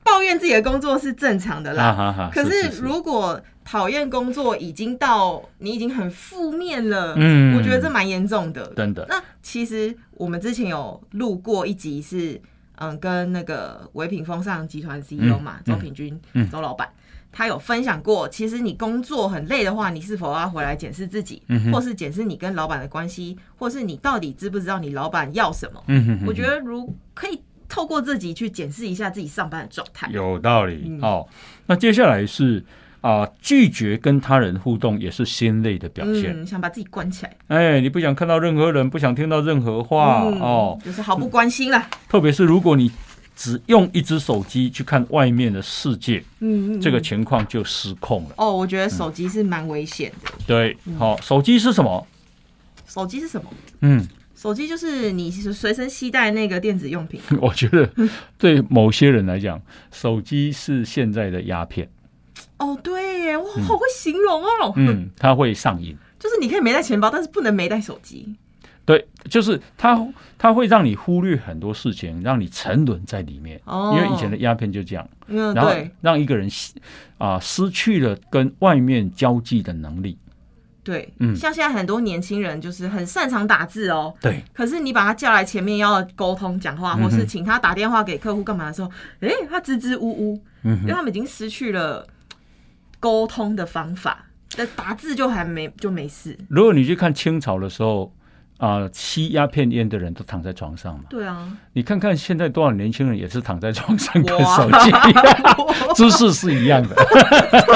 Speaker 1: 抱怨自己的工作是正常的
Speaker 2: 啊哈
Speaker 1: 啦。
Speaker 2: 哈哈。
Speaker 1: 可
Speaker 2: 是
Speaker 1: 是，如果讨厌工作已经到你已经很负面了，
Speaker 2: 嗯
Speaker 1: 我觉得这蛮严重的。
Speaker 2: 真的
Speaker 1: 那其实我们之前有录过一集是，嗯，跟那个唯品风尚集团 CEO 嘛，
Speaker 2: 嗯
Speaker 1: 周品君，
Speaker 2: 嗯
Speaker 1: 周老板。他有分享过，其实你工作很累的话，你是否要回来检视自己，
Speaker 2: 嗯哼
Speaker 1: 或是检视你跟老板的关系，或是你到底知不知道你老板要什么？
Speaker 2: 嗯哼哼
Speaker 1: 我觉得如可以透过自己去检视一下自己上班的状态。
Speaker 2: 有道理。
Speaker 1: 嗯
Speaker 2: 好、那接下来是啊、拒绝跟他人互动也是心累的表现。
Speaker 1: 嗯，想把自己关起来
Speaker 2: 哎，你不想看到任何人，不想听到任何话、
Speaker 1: 嗯
Speaker 2: 哦。
Speaker 1: 就是毫不关心啦。
Speaker 2: 特别是如果你只用一只手机去看外面的世界，
Speaker 1: 嗯，嗯嗯
Speaker 2: 这个情况就失控了。
Speaker 1: 哦，我觉得手机是蛮危险的。
Speaker 2: 对，
Speaker 1: 嗯
Speaker 2: 好、 手机是什么？
Speaker 1: 手机是什么？
Speaker 2: 嗯，
Speaker 1: 手机就是你随身携带那个电子用品。
Speaker 2: 我觉得对某些人来讲，手机是现在的鸦片。
Speaker 1: 哦，对耶，哇，好会形容哦。
Speaker 2: 嗯，它会上瘾。
Speaker 1: 就是你可以没带钱包，但是不能没带手机。
Speaker 2: 对，就是它，它会让你忽略很多事情，让你沉沦在里面。
Speaker 1: 哦，
Speaker 2: 因为以前的鸦片就这样，
Speaker 1: 嗯，
Speaker 2: 然后
Speaker 1: 对
Speaker 2: 让一个人失啊、失去了跟外面交际的能力。
Speaker 1: 对，
Speaker 2: 嗯
Speaker 1: 像现在很多年轻人就是很擅长打字哦。
Speaker 2: 对，
Speaker 1: 可是你把他叫来前面要沟通讲话，或
Speaker 2: 嗯
Speaker 1: 是
Speaker 2: 哼
Speaker 1: 请他打电话给客户干嘛的时候，诶，他支支吾吾，
Speaker 2: 嗯
Speaker 1: 因为他们已经失去了沟通的方法，但打字就还没就没事。
Speaker 2: 如果你去看清朝的时候，啊、吸鸦片烟的人都躺在床上嘛。
Speaker 1: 对啊，
Speaker 2: 你看看现在多少年轻人也是躺在床上看
Speaker 1: 哇
Speaker 2: 手机， 姿势是一样的。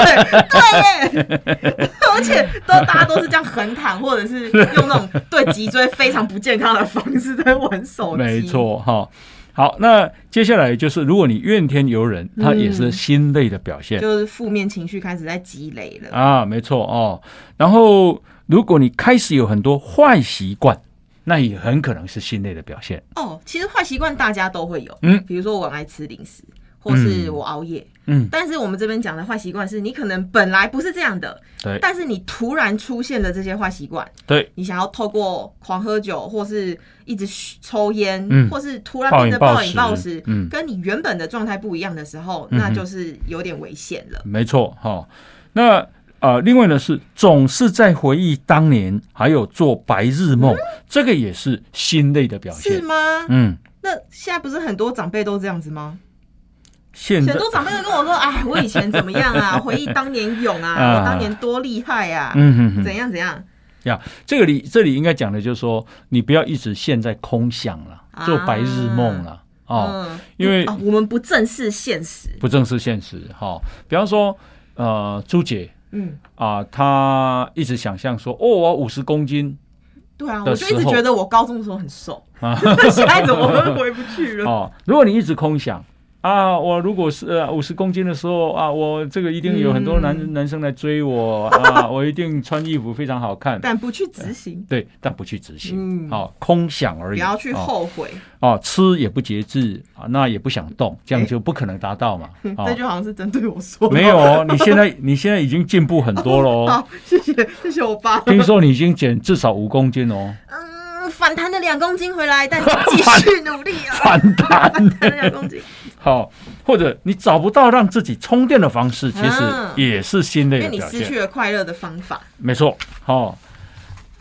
Speaker 1: 对对耶， 而且都大家都是这样横躺，或者是用那种对脊椎非常不健康的方式在玩手机。
Speaker 2: 没，错，哈、好，那接下来就是，如果你怨天尤人，它也
Speaker 1: 嗯
Speaker 2: 是心累的表现、
Speaker 1: 就是负面情绪开始在积累了。
Speaker 2: 啊，没错哦。然后，如果你开始有很多坏习惯，那也很可能是心累的表现。
Speaker 1: 哦，其实坏习惯大家都会有，
Speaker 2: 嗯
Speaker 1: 嗯，比如说我很爱吃零食，或是我熬夜，
Speaker 2: 嗯
Speaker 1: 嗯，但是我们这边讲的坏习惯是你可能本来不是这样的，
Speaker 2: 对
Speaker 1: 但是你突然出现了这些坏习惯，
Speaker 2: 对，
Speaker 1: 你想要透过狂喝酒，或是一直抽烟，
Speaker 2: 嗯
Speaker 1: 或是突然变得
Speaker 2: 暴
Speaker 1: 暴
Speaker 2: 饮
Speaker 1: 饮
Speaker 2: 暴
Speaker 1: 暴
Speaker 2: 食
Speaker 1: 食，
Speaker 2: 嗯
Speaker 1: 跟你原本的状态不一样的时候，那就是有点危险了。
Speaker 2: 没错，哦哈、那呃，另外呢是总是在回忆当年，还有做白日梦，这个也是心累的表
Speaker 1: 是
Speaker 2: 现。
Speaker 1: 吗？
Speaker 2: 嗯，
Speaker 1: 那现在不是很多长辈都这样子吗？
Speaker 2: 现在
Speaker 1: 很多长辈都跟我说：“哎，我以前怎么样啊？回忆当年勇啊，
Speaker 2: 啊
Speaker 1: 我当年多厉害啊！”
Speaker 2: 嗯哼哼，
Speaker 1: 怎样怎样？
Speaker 2: 呀，这个里这里应该讲的就是说，你不要一直陷在空想了，做白日梦了哦，
Speaker 1: 啊嗯，
Speaker 2: 因为
Speaker 1: 哦我们不正视现实，
Speaker 2: 不正视现实。哈、比方说，呃，朱姐
Speaker 1: 嗯，
Speaker 2: 啊、她一直想象说，哦，我五十公斤
Speaker 1: 对啊，
Speaker 2: 的
Speaker 1: 我就一直
Speaker 2: 时候
Speaker 1: 觉得我高中的时候很瘦，
Speaker 2: 啊
Speaker 1: 现在怎么会回不去了？
Speaker 2: 哦，如果你一直空想。啊，我如果是五十公斤的时候啊，我这个一定有很多男、男生来追我啊，我一定穿衣服非常好看。
Speaker 1: 但不去执行，
Speaker 2: 对，但不去执行，
Speaker 1: 嗯
Speaker 2: 好、空想而
Speaker 1: 不
Speaker 2: 已。
Speaker 1: 要去
Speaker 2: 哦
Speaker 1: 后悔，
Speaker 2: 哦，吃也不节制啊，那也不想动，这样就不可能达到嘛。
Speaker 1: 嗯这
Speaker 2: 哦，
Speaker 1: 就好像是针对我说的。
Speaker 2: 没有哦，你现在 你现在已经进步很多了哦。
Speaker 1: 好，谢谢谢谢我爸。
Speaker 2: 听说你已经减至少五公斤哦，
Speaker 1: 嗯，反弹了两公斤回来， 但继续努力啊！
Speaker 2: 反弹。
Speaker 1: 反弹了两公 斤，
Speaker 2: 好、或者你找不到让自己充电的方式，其实
Speaker 1: 嗯
Speaker 2: 也是心累
Speaker 1: 因为
Speaker 2: 的
Speaker 1: 你
Speaker 2: 表
Speaker 1: 失
Speaker 2: 现。
Speaker 1: 去了快乐的方法。
Speaker 2: 没错，好、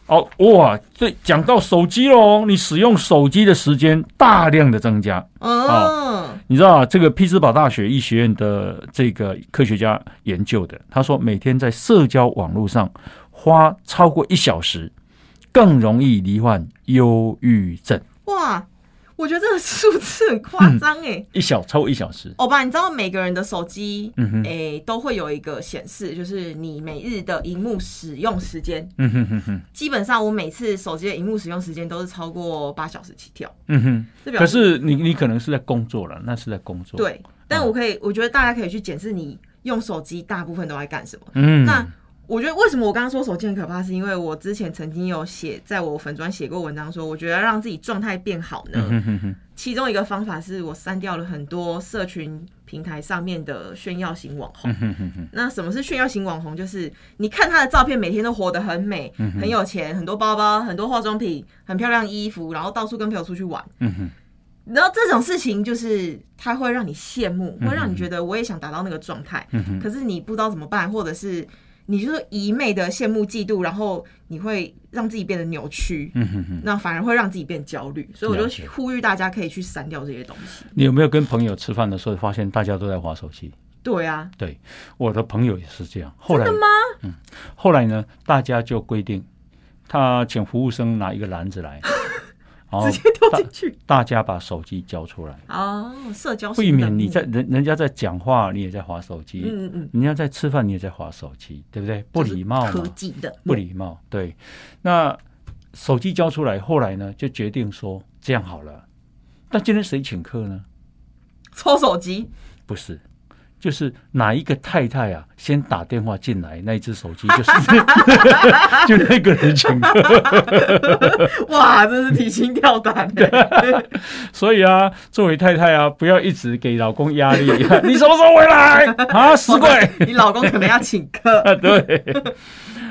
Speaker 2: 哦，哇，这讲到手机喽，你使用手机的时间大量的增加，
Speaker 1: 嗯，
Speaker 2: 你知道啊，这个匹兹堡大学医学院的这个科学家研究的，他说每天在社交网络上花超过一小时，更容易罹患忧郁症。
Speaker 1: 哇，我觉得这个数字很夸
Speaker 2: 嗯
Speaker 1: 张哎。
Speaker 2: 一小超过一小时，
Speaker 1: 欧巴，哦你知道每个人的手机，
Speaker 2: 嗯哼
Speaker 1: 诶、都会有一个显示，就是你每日的荧幕使用时间。
Speaker 2: 嗯哼哼哼，
Speaker 1: 基本上，我每次手机的荧幕使用时间都是超过八小时起跳。
Speaker 2: 嗯哼。
Speaker 1: 这表
Speaker 2: 可
Speaker 1: 示
Speaker 2: 是你你可能是在工作了，那是在工作。，
Speaker 1: 对，但我可以，我觉得大家可以去检视你用手机大部分都在干什么。
Speaker 2: 嗯，
Speaker 1: 那我觉得为什么我刚刚说手机很可怕，是因为我之前曾经有写在我粉专写过文章说，我觉得让自己状态变好呢，
Speaker 2: 嗯哼哼，
Speaker 1: 其中一个方法是我删掉了很多社群平台上面的炫耀型网红。
Speaker 2: 嗯哼哼，
Speaker 1: 那什么是炫耀型网红？就是你看她的照片，每天都活得很美，
Speaker 2: 嗯
Speaker 1: 很有钱，很多包包，很多化妆品，很漂亮的衣服，然后到处跟朋友出去玩。
Speaker 2: 嗯哼，
Speaker 1: 然后这种事情就是它会让你羡慕，
Speaker 2: 嗯
Speaker 1: 会让你觉得我也想达到那个状态，可是你不知道怎么办，或者是你就是一昧的羡慕嫉妒，然后你会让自己变得扭曲，
Speaker 2: 嗯哼哼。
Speaker 1: 那反而会让自己变焦虑。所以我
Speaker 2: 了
Speaker 1: 就
Speaker 2: 解
Speaker 1: 呼吁大家可以去删掉这些东西。
Speaker 2: 你有没有跟朋友吃饭的时候发现大家都在划手机？
Speaker 1: 对啊，
Speaker 2: 对，我的朋友也是这样。后来吗？嗯，后来呢，大家就规定，他请服务生拿一个篮子 来，然后
Speaker 1: 直接丢进去
Speaker 2: 大家把手机交出 来，
Speaker 1: 哦，社交
Speaker 2: 避
Speaker 1: 型人
Speaker 2: 免你
Speaker 1: 物
Speaker 2: 在人人家在讲话，你也在划手机；
Speaker 1: 嗯嗯嗯，
Speaker 2: 人家在吃饭，你也在划手机，对不对？不礼貌
Speaker 1: 科
Speaker 2: 嘛，
Speaker 1: 技的
Speaker 2: 不礼貌。对，那手机交出来，后来呢，就决定说这样好了。那今天谁请客呢？
Speaker 1: 抽手机，
Speaker 2: 不是，就是哪一个太太啊，先打电话进来，那一只手机就是 就那个人请客。
Speaker 1: 哇，真是提心吊胆欸的。
Speaker 2: 所以啊，作为太太啊，不要一直给老公压 力。你什么时候回来 啊？死鬼！
Speaker 1: 你老公可能要请客，
Speaker 2: 啊，对。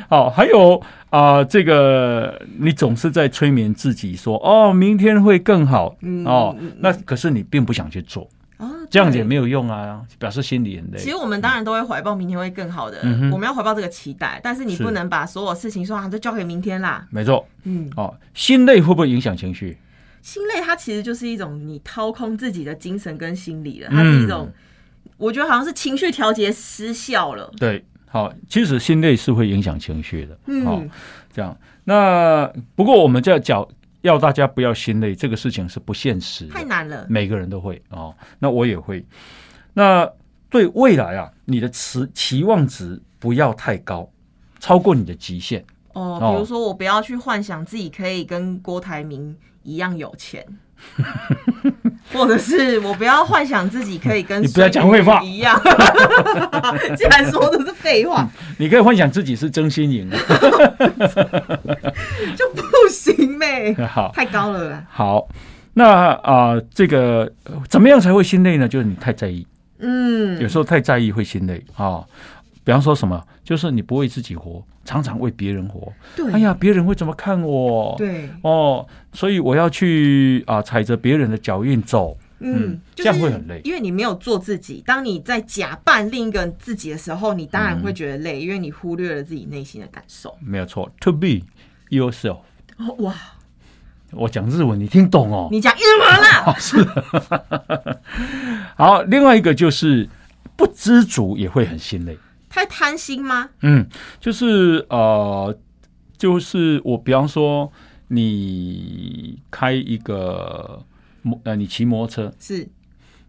Speaker 2: 好，哦还有啊、这个你总是在催眠自己说，哦，明天会更好，哦，那可是你并不想去做，
Speaker 1: 哦，
Speaker 2: 这样子也
Speaker 1: 对
Speaker 2: 没有用啊，表示心里很累
Speaker 1: 其。实我们当然都会怀抱明天会更好的，
Speaker 2: 嗯哼
Speaker 1: 我们要怀抱这个期待，但是你
Speaker 2: 是
Speaker 1: 不能把所有事情说啊都交给明天啦。
Speaker 2: 没错，
Speaker 1: 嗯，
Speaker 2: 哦，心累会不会影响情绪？
Speaker 1: 心累它其实就是一种你掏空自己的精神跟心理了，
Speaker 2: 嗯
Speaker 1: 它是一种，我觉得好像是情绪调节失效了。
Speaker 2: 对，好，其实心累是会影响情绪的。
Speaker 1: 嗯
Speaker 2: 好，这样。那不过我们要讲，要大家不要心累，这个事情是不现实
Speaker 1: 太
Speaker 2: 的，
Speaker 1: 难了。
Speaker 2: 每个人都会哦。那我也会。那对未来啊，你的期期望值不要太高，超过你的极限。
Speaker 1: 哦，
Speaker 2: 哦
Speaker 1: 比如说我不要去幻想自己可以跟郭台铭一样有钱， 或者是我不要幻想自己可以跟
Speaker 2: 你不要讲
Speaker 1: 孙
Speaker 2: 废话
Speaker 1: 一样， 竟然说的是废 话，
Speaker 2: 你可以幻想自己是真心赢。
Speaker 1: 就不行呗，
Speaker 2: 好，
Speaker 1: 太高了啦。
Speaker 2: 好。那啊、这个呃怎么样才会心累呢？就是你太在意，
Speaker 1: 嗯，
Speaker 2: 有时候太在意会心累啊、比方说什么，就是你不为自己活，常常为别人活。
Speaker 1: 对，
Speaker 2: 哎呀，别人会怎么看我？
Speaker 1: 对，
Speaker 2: 哦，所以我要去啊、踩着别人的脚印走。
Speaker 1: 嗯
Speaker 2: 嗯，
Speaker 1: 就是
Speaker 2: 这样会很累
Speaker 1: 因为你没有做自己。当你在假扮另一个人自己的时候，你当
Speaker 2: 嗯
Speaker 1: 然会觉得累，因为你忽略了自己内心的感受。
Speaker 2: 没有错，to be yourself。
Speaker 1: 哦哇，
Speaker 2: 我讲日文，你听懂哦。
Speaker 1: 你讲英文啦，
Speaker 2: 好，另外一个就是不知足也会很心累。
Speaker 1: 太贪心吗？
Speaker 2: 嗯，就是呃，就是我比方说你开一个摩呃，你骑摩托车，
Speaker 1: 是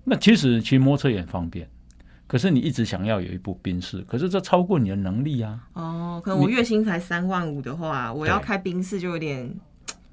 Speaker 2: 那其实骑摩托车也很方便，可是你一直想要有一部宾士，可是这超过你的能力啊。
Speaker 1: 哦，可能我月薪才三万五的话，我要开宾士就有点，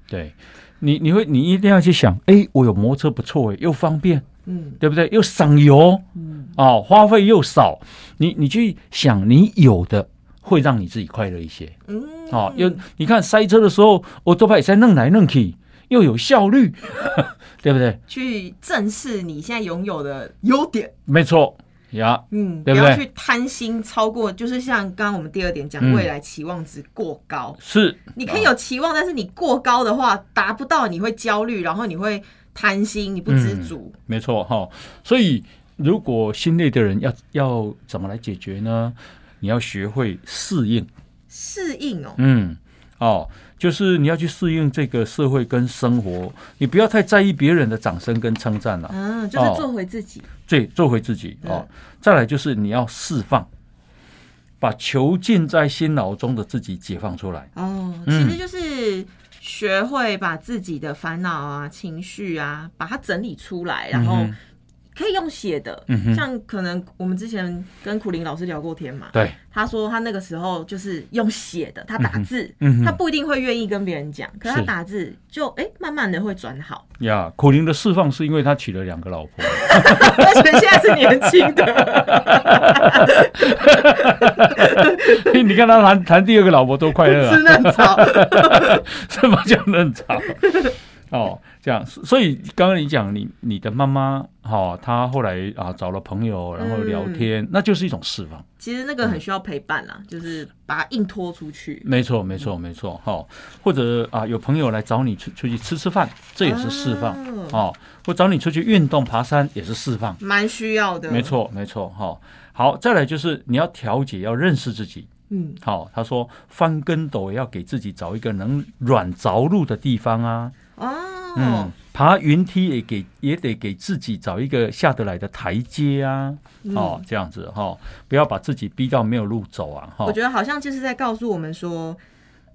Speaker 2: 对，你你会你一定要去想，哎，我有摩托车不错哎，又方便，
Speaker 1: 嗯
Speaker 2: 对不对？又省油，
Speaker 1: 嗯，
Speaker 2: 哦，花费又少。你你去想，你有的会让你自己快乐一些。
Speaker 1: 嗯，
Speaker 2: 哦，又你看塞车的时候，我都把也在弄来弄去，又有效率， 对不对？
Speaker 1: 去正视你现在拥有的优点，
Speaker 2: 没错呀，
Speaker 1: 嗯，
Speaker 2: 对不对
Speaker 1: 要去贪心超过，就是像刚刚我们第二点讲，
Speaker 2: 嗯
Speaker 1: 未来期望值过高，
Speaker 2: 是
Speaker 1: 你可以有期望，但是你过高的话达不到，你会焦虑，然后你会贪心，你不知
Speaker 2: 嗯
Speaker 1: 足，
Speaker 2: 没错哈、所以，如果心累的人要要怎么来解决呢？你要学会适应，
Speaker 1: 适应哦，
Speaker 2: 嗯，哦，就是你要去适应这个社会跟生活，你不要太在意别人的掌声跟称赞了、
Speaker 1: 嗯，就是
Speaker 2: 哦
Speaker 1: 做回自己，
Speaker 2: 对，做回自己哦。再来就是你要释放，把囚禁在心牢中的自己解放出来。
Speaker 1: 哦，其
Speaker 2: 嗯
Speaker 1: 实就是学会把自己的烦恼啊、情绪啊，把它整理出来，然后
Speaker 2: 嗯哼
Speaker 1: 可以用写的。
Speaker 2: 嗯哼
Speaker 1: 像可能我们之前跟苦林老师聊过天嘛，
Speaker 2: 对，
Speaker 1: 他说他那个时候就是用写的，他打字，
Speaker 2: 嗯哼
Speaker 1: 他不一定会愿意跟别人讲，可是他
Speaker 2: 是
Speaker 1: 打字就哎、诶慢慢的会转好，
Speaker 2: 呀，苦灵的释放是因为他娶了两个老婆，
Speaker 1: 而且现在是年轻的，
Speaker 2: 你看他谈谈第二个老婆多快乐 啊
Speaker 1: 吃，嫩草，
Speaker 2: 什么叫嫩草？哦，这样，所所以刚刚你讲你你的妈妈哈、哦，她后来啊找了朋友，然后聊天，那就是一种释放。
Speaker 1: 其实那个很需要陪伴啦，就是把它硬拖出去，
Speaker 2: 没错，没错，没错。哈、哦，或者啊，有朋友来找你出出去吃吃饭，这嗯也是释放。
Speaker 1: 哦
Speaker 2: 哦，或找你出去运动、爬山也是释放。
Speaker 1: 蛮需要的，
Speaker 2: 没，错，没错。哈、哦，好，再来就是你要调节，要认识自己。
Speaker 1: 嗯，
Speaker 2: 好、他说翻跟斗也要给自己找一个能软着陆的地方啊。
Speaker 1: 哦。
Speaker 2: 嗯，爬云梯也给也得给自己找一个下得来的台阶啊。
Speaker 1: 嗯
Speaker 2: 哦，这样子哈、不要把自己逼到没有路走啊。哈、
Speaker 1: 我觉得好像就是在告诉我们说，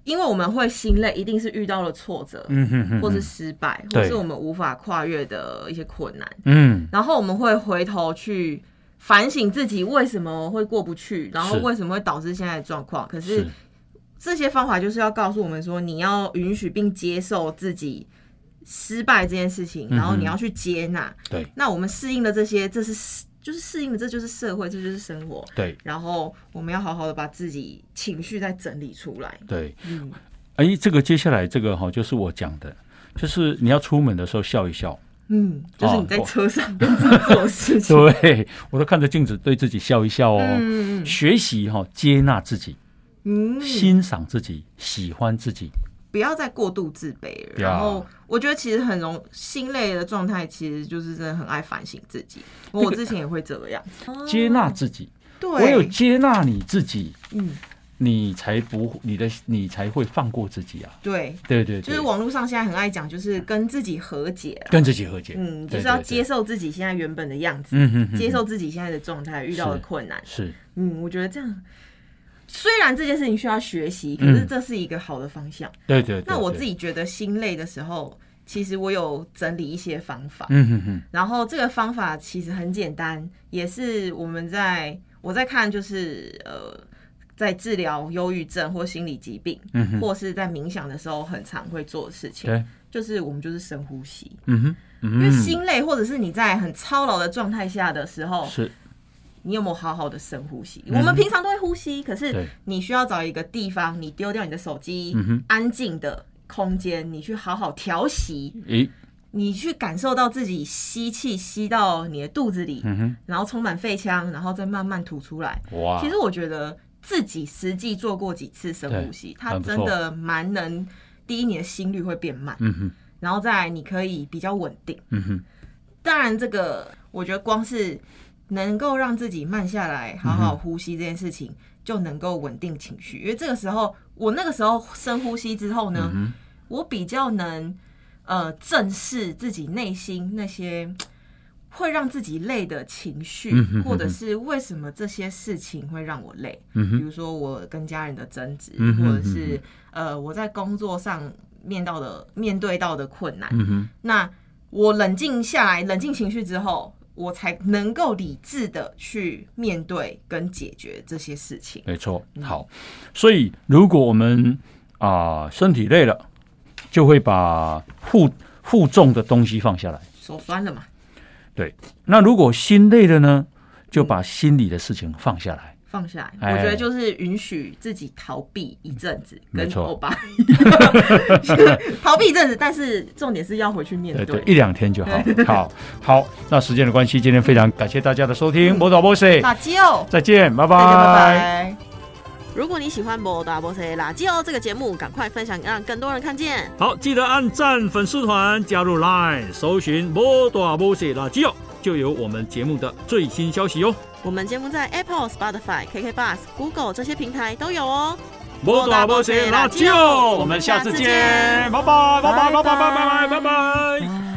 Speaker 1: 因为我们会心累，一定是遇到了挫折，
Speaker 2: 嗯哼哼
Speaker 1: 或是
Speaker 2: 哼，
Speaker 1: 失败，
Speaker 2: 对
Speaker 1: 或是我们无法跨越的一些困难，
Speaker 2: 嗯，
Speaker 1: 然后我们会回头去反省自己为什么会过不去，然后为什么会导致现在的状况。可是
Speaker 2: 是
Speaker 1: 这些方法就是要告诉我们说，你要允许并接受自己。失败这件事情，
Speaker 2: 嗯哼
Speaker 1: 然后你要去接纳。
Speaker 2: 对
Speaker 1: 那我们适应了这些，这是就是适应了，这就是社会，这就是生活。
Speaker 2: 对
Speaker 1: 然后我们要好好的把自己情绪再整理出来。
Speaker 2: 对。
Speaker 1: 嗯，
Speaker 2: 哎，这个接下来这个哈、就是我讲的，就是你要出门的时候笑一笑。
Speaker 1: 嗯，就是
Speaker 2: 哦
Speaker 1: 你在车上跟自己做的事情。
Speaker 2: 对我都看着镜子，对自己笑一笑哦。
Speaker 1: 嗯嗯
Speaker 2: 学习哈、接纳自己，
Speaker 1: 嗯，
Speaker 2: 欣赏自己，喜欢自己。
Speaker 1: 不要再过度自卑了。
Speaker 2: 呀
Speaker 1: 然后我觉得其实很容心累的状态，其实就是真的很爱反省自己。我之前也会这 样，
Speaker 2: 接纳自己，唯有
Speaker 1: 哦对，
Speaker 2: 接纳你自己，
Speaker 1: 嗯，
Speaker 2: 你才不你的你才会放过自己啊！
Speaker 1: 对，
Speaker 2: 对对对，
Speaker 1: 就是网络上现在很爱讲，就是跟自己和解啦。
Speaker 2: 跟自己和解，
Speaker 1: 嗯，就
Speaker 2: 对
Speaker 1: 是要
Speaker 2: 对对
Speaker 1: 接受自己现在原本的样子，
Speaker 2: 嗯哼哼，
Speaker 1: 接受自己现在的状态，遇到的
Speaker 2: 是
Speaker 1: 困难。
Speaker 2: 是
Speaker 1: 嗯，我觉得这样，虽然这件事情需要学习，可
Speaker 2: 嗯
Speaker 1: 是这是一个好的方向。
Speaker 2: 对对对。
Speaker 1: 那我自
Speaker 2: 己，
Speaker 1: 己觉得心累的时候，其实我有整理一些方法，
Speaker 2: 嗯哼哼，
Speaker 1: 然后这个方法其实很简单，也是我们在我在看，就是呃，在治疗忧郁症或心理疾病，
Speaker 2: 嗯哼
Speaker 1: 或是在冥想的时候很常会做的事情，
Speaker 2: 对，
Speaker 1: 就是我们就是深呼吸，
Speaker 2: 嗯哼，
Speaker 1: 因为
Speaker 2: 嗯哼，
Speaker 1: 心累或者是你在很操劳的状态下的时候，
Speaker 2: 是嗯
Speaker 1: 你有没有好好的深呼吸？我们平常都会呼吸，可是
Speaker 2: 对
Speaker 1: 你需要找一个地方，你丢掉你的手机，
Speaker 2: 嗯哼
Speaker 1: 安静的空间，你去好好调息，
Speaker 2: 诶，
Speaker 1: 你去感受到自己吸气吸到你的肚子里，
Speaker 2: 嗯哼，
Speaker 1: 然后充满肺腔，然后再慢慢吐出来。
Speaker 2: 哇，
Speaker 1: 其实我觉得自己实际做过几次深呼吸，它
Speaker 2: 很不
Speaker 1: 真
Speaker 2: 错
Speaker 1: 的蛮能，第一你的心率会变慢，
Speaker 2: 嗯哼，
Speaker 1: 然后再来你可以比较稳定。
Speaker 2: 嗯哼，
Speaker 1: 当然，这个我觉得光是能够让自己慢下来，好好呼吸这件事情，就能够稳定情绪。因为这个时候，我那个时候深呼吸之后呢，
Speaker 2: 嗯
Speaker 1: 我比较能呃正视自己内心那些。会让自己累的情绪，
Speaker 3: 嗯哼
Speaker 1: 或者是为什么这些事情会让我累，
Speaker 3: 嗯
Speaker 1: 比
Speaker 3: 哼，
Speaker 1: 如说我跟家人的争执，
Speaker 3: 嗯哼
Speaker 1: 或者是呃我在工作上面到的面对到的困难。
Speaker 3: 嗯哼，
Speaker 1: 那我冷静下来，冷静情绪之后，我才能够理智的去面对跟解决这些事情。
Speaker 3: 没错。
Speaker 1: 嗯
Speaker 3: 好，所以如果我们啊、身体累了，就会把负负重的东西放下来。
Speaker 1: 手酸了嘛，
Speaker 3: 那如果心累了呢，就把心里的事情放下来。
Speaker 1: 放下来，
Speaker 3: 哎
Speaker 1: 我觉得就是允许自己逃避一阵子，
Speaker 3: 没
Speaker 1: 跟
Speaker 3: 错
Speaker 1: 欧巴 一样逃避一阵子，但是重点是要回去面
Speaker 3: 对对，
Speaker 1: 对。
Speaker 3: 一两天就好。 好，好，那时间的关系，今天非常感谢大家的收听，魔导 boss，
Speaker 1: 辣椒，
Speaker 3: 再见，拜
Speaker 1: 大家 拜
Speaker 3: 拜。
Speaker 1: 拜。
Speaker 5: 如果你喜欢《摩达波塞垃圾哦》这个节目，赶快分享，让更多人看见。
Speaker 2: 好，记得按赞粉丝团，加入 Line，搜寻“摩大摩西垃圾哦”，就有我们节目的最新消息哦。
Speaker 5: 我们节目在 Apple、Spotify、KK Bus、Google 这些平台都有哦。
Speaker 2: 摩大摩西垃圾哦，我们下次见，拜拜拜拜拜拜拜拜拜拜。
Speaker 1: 拜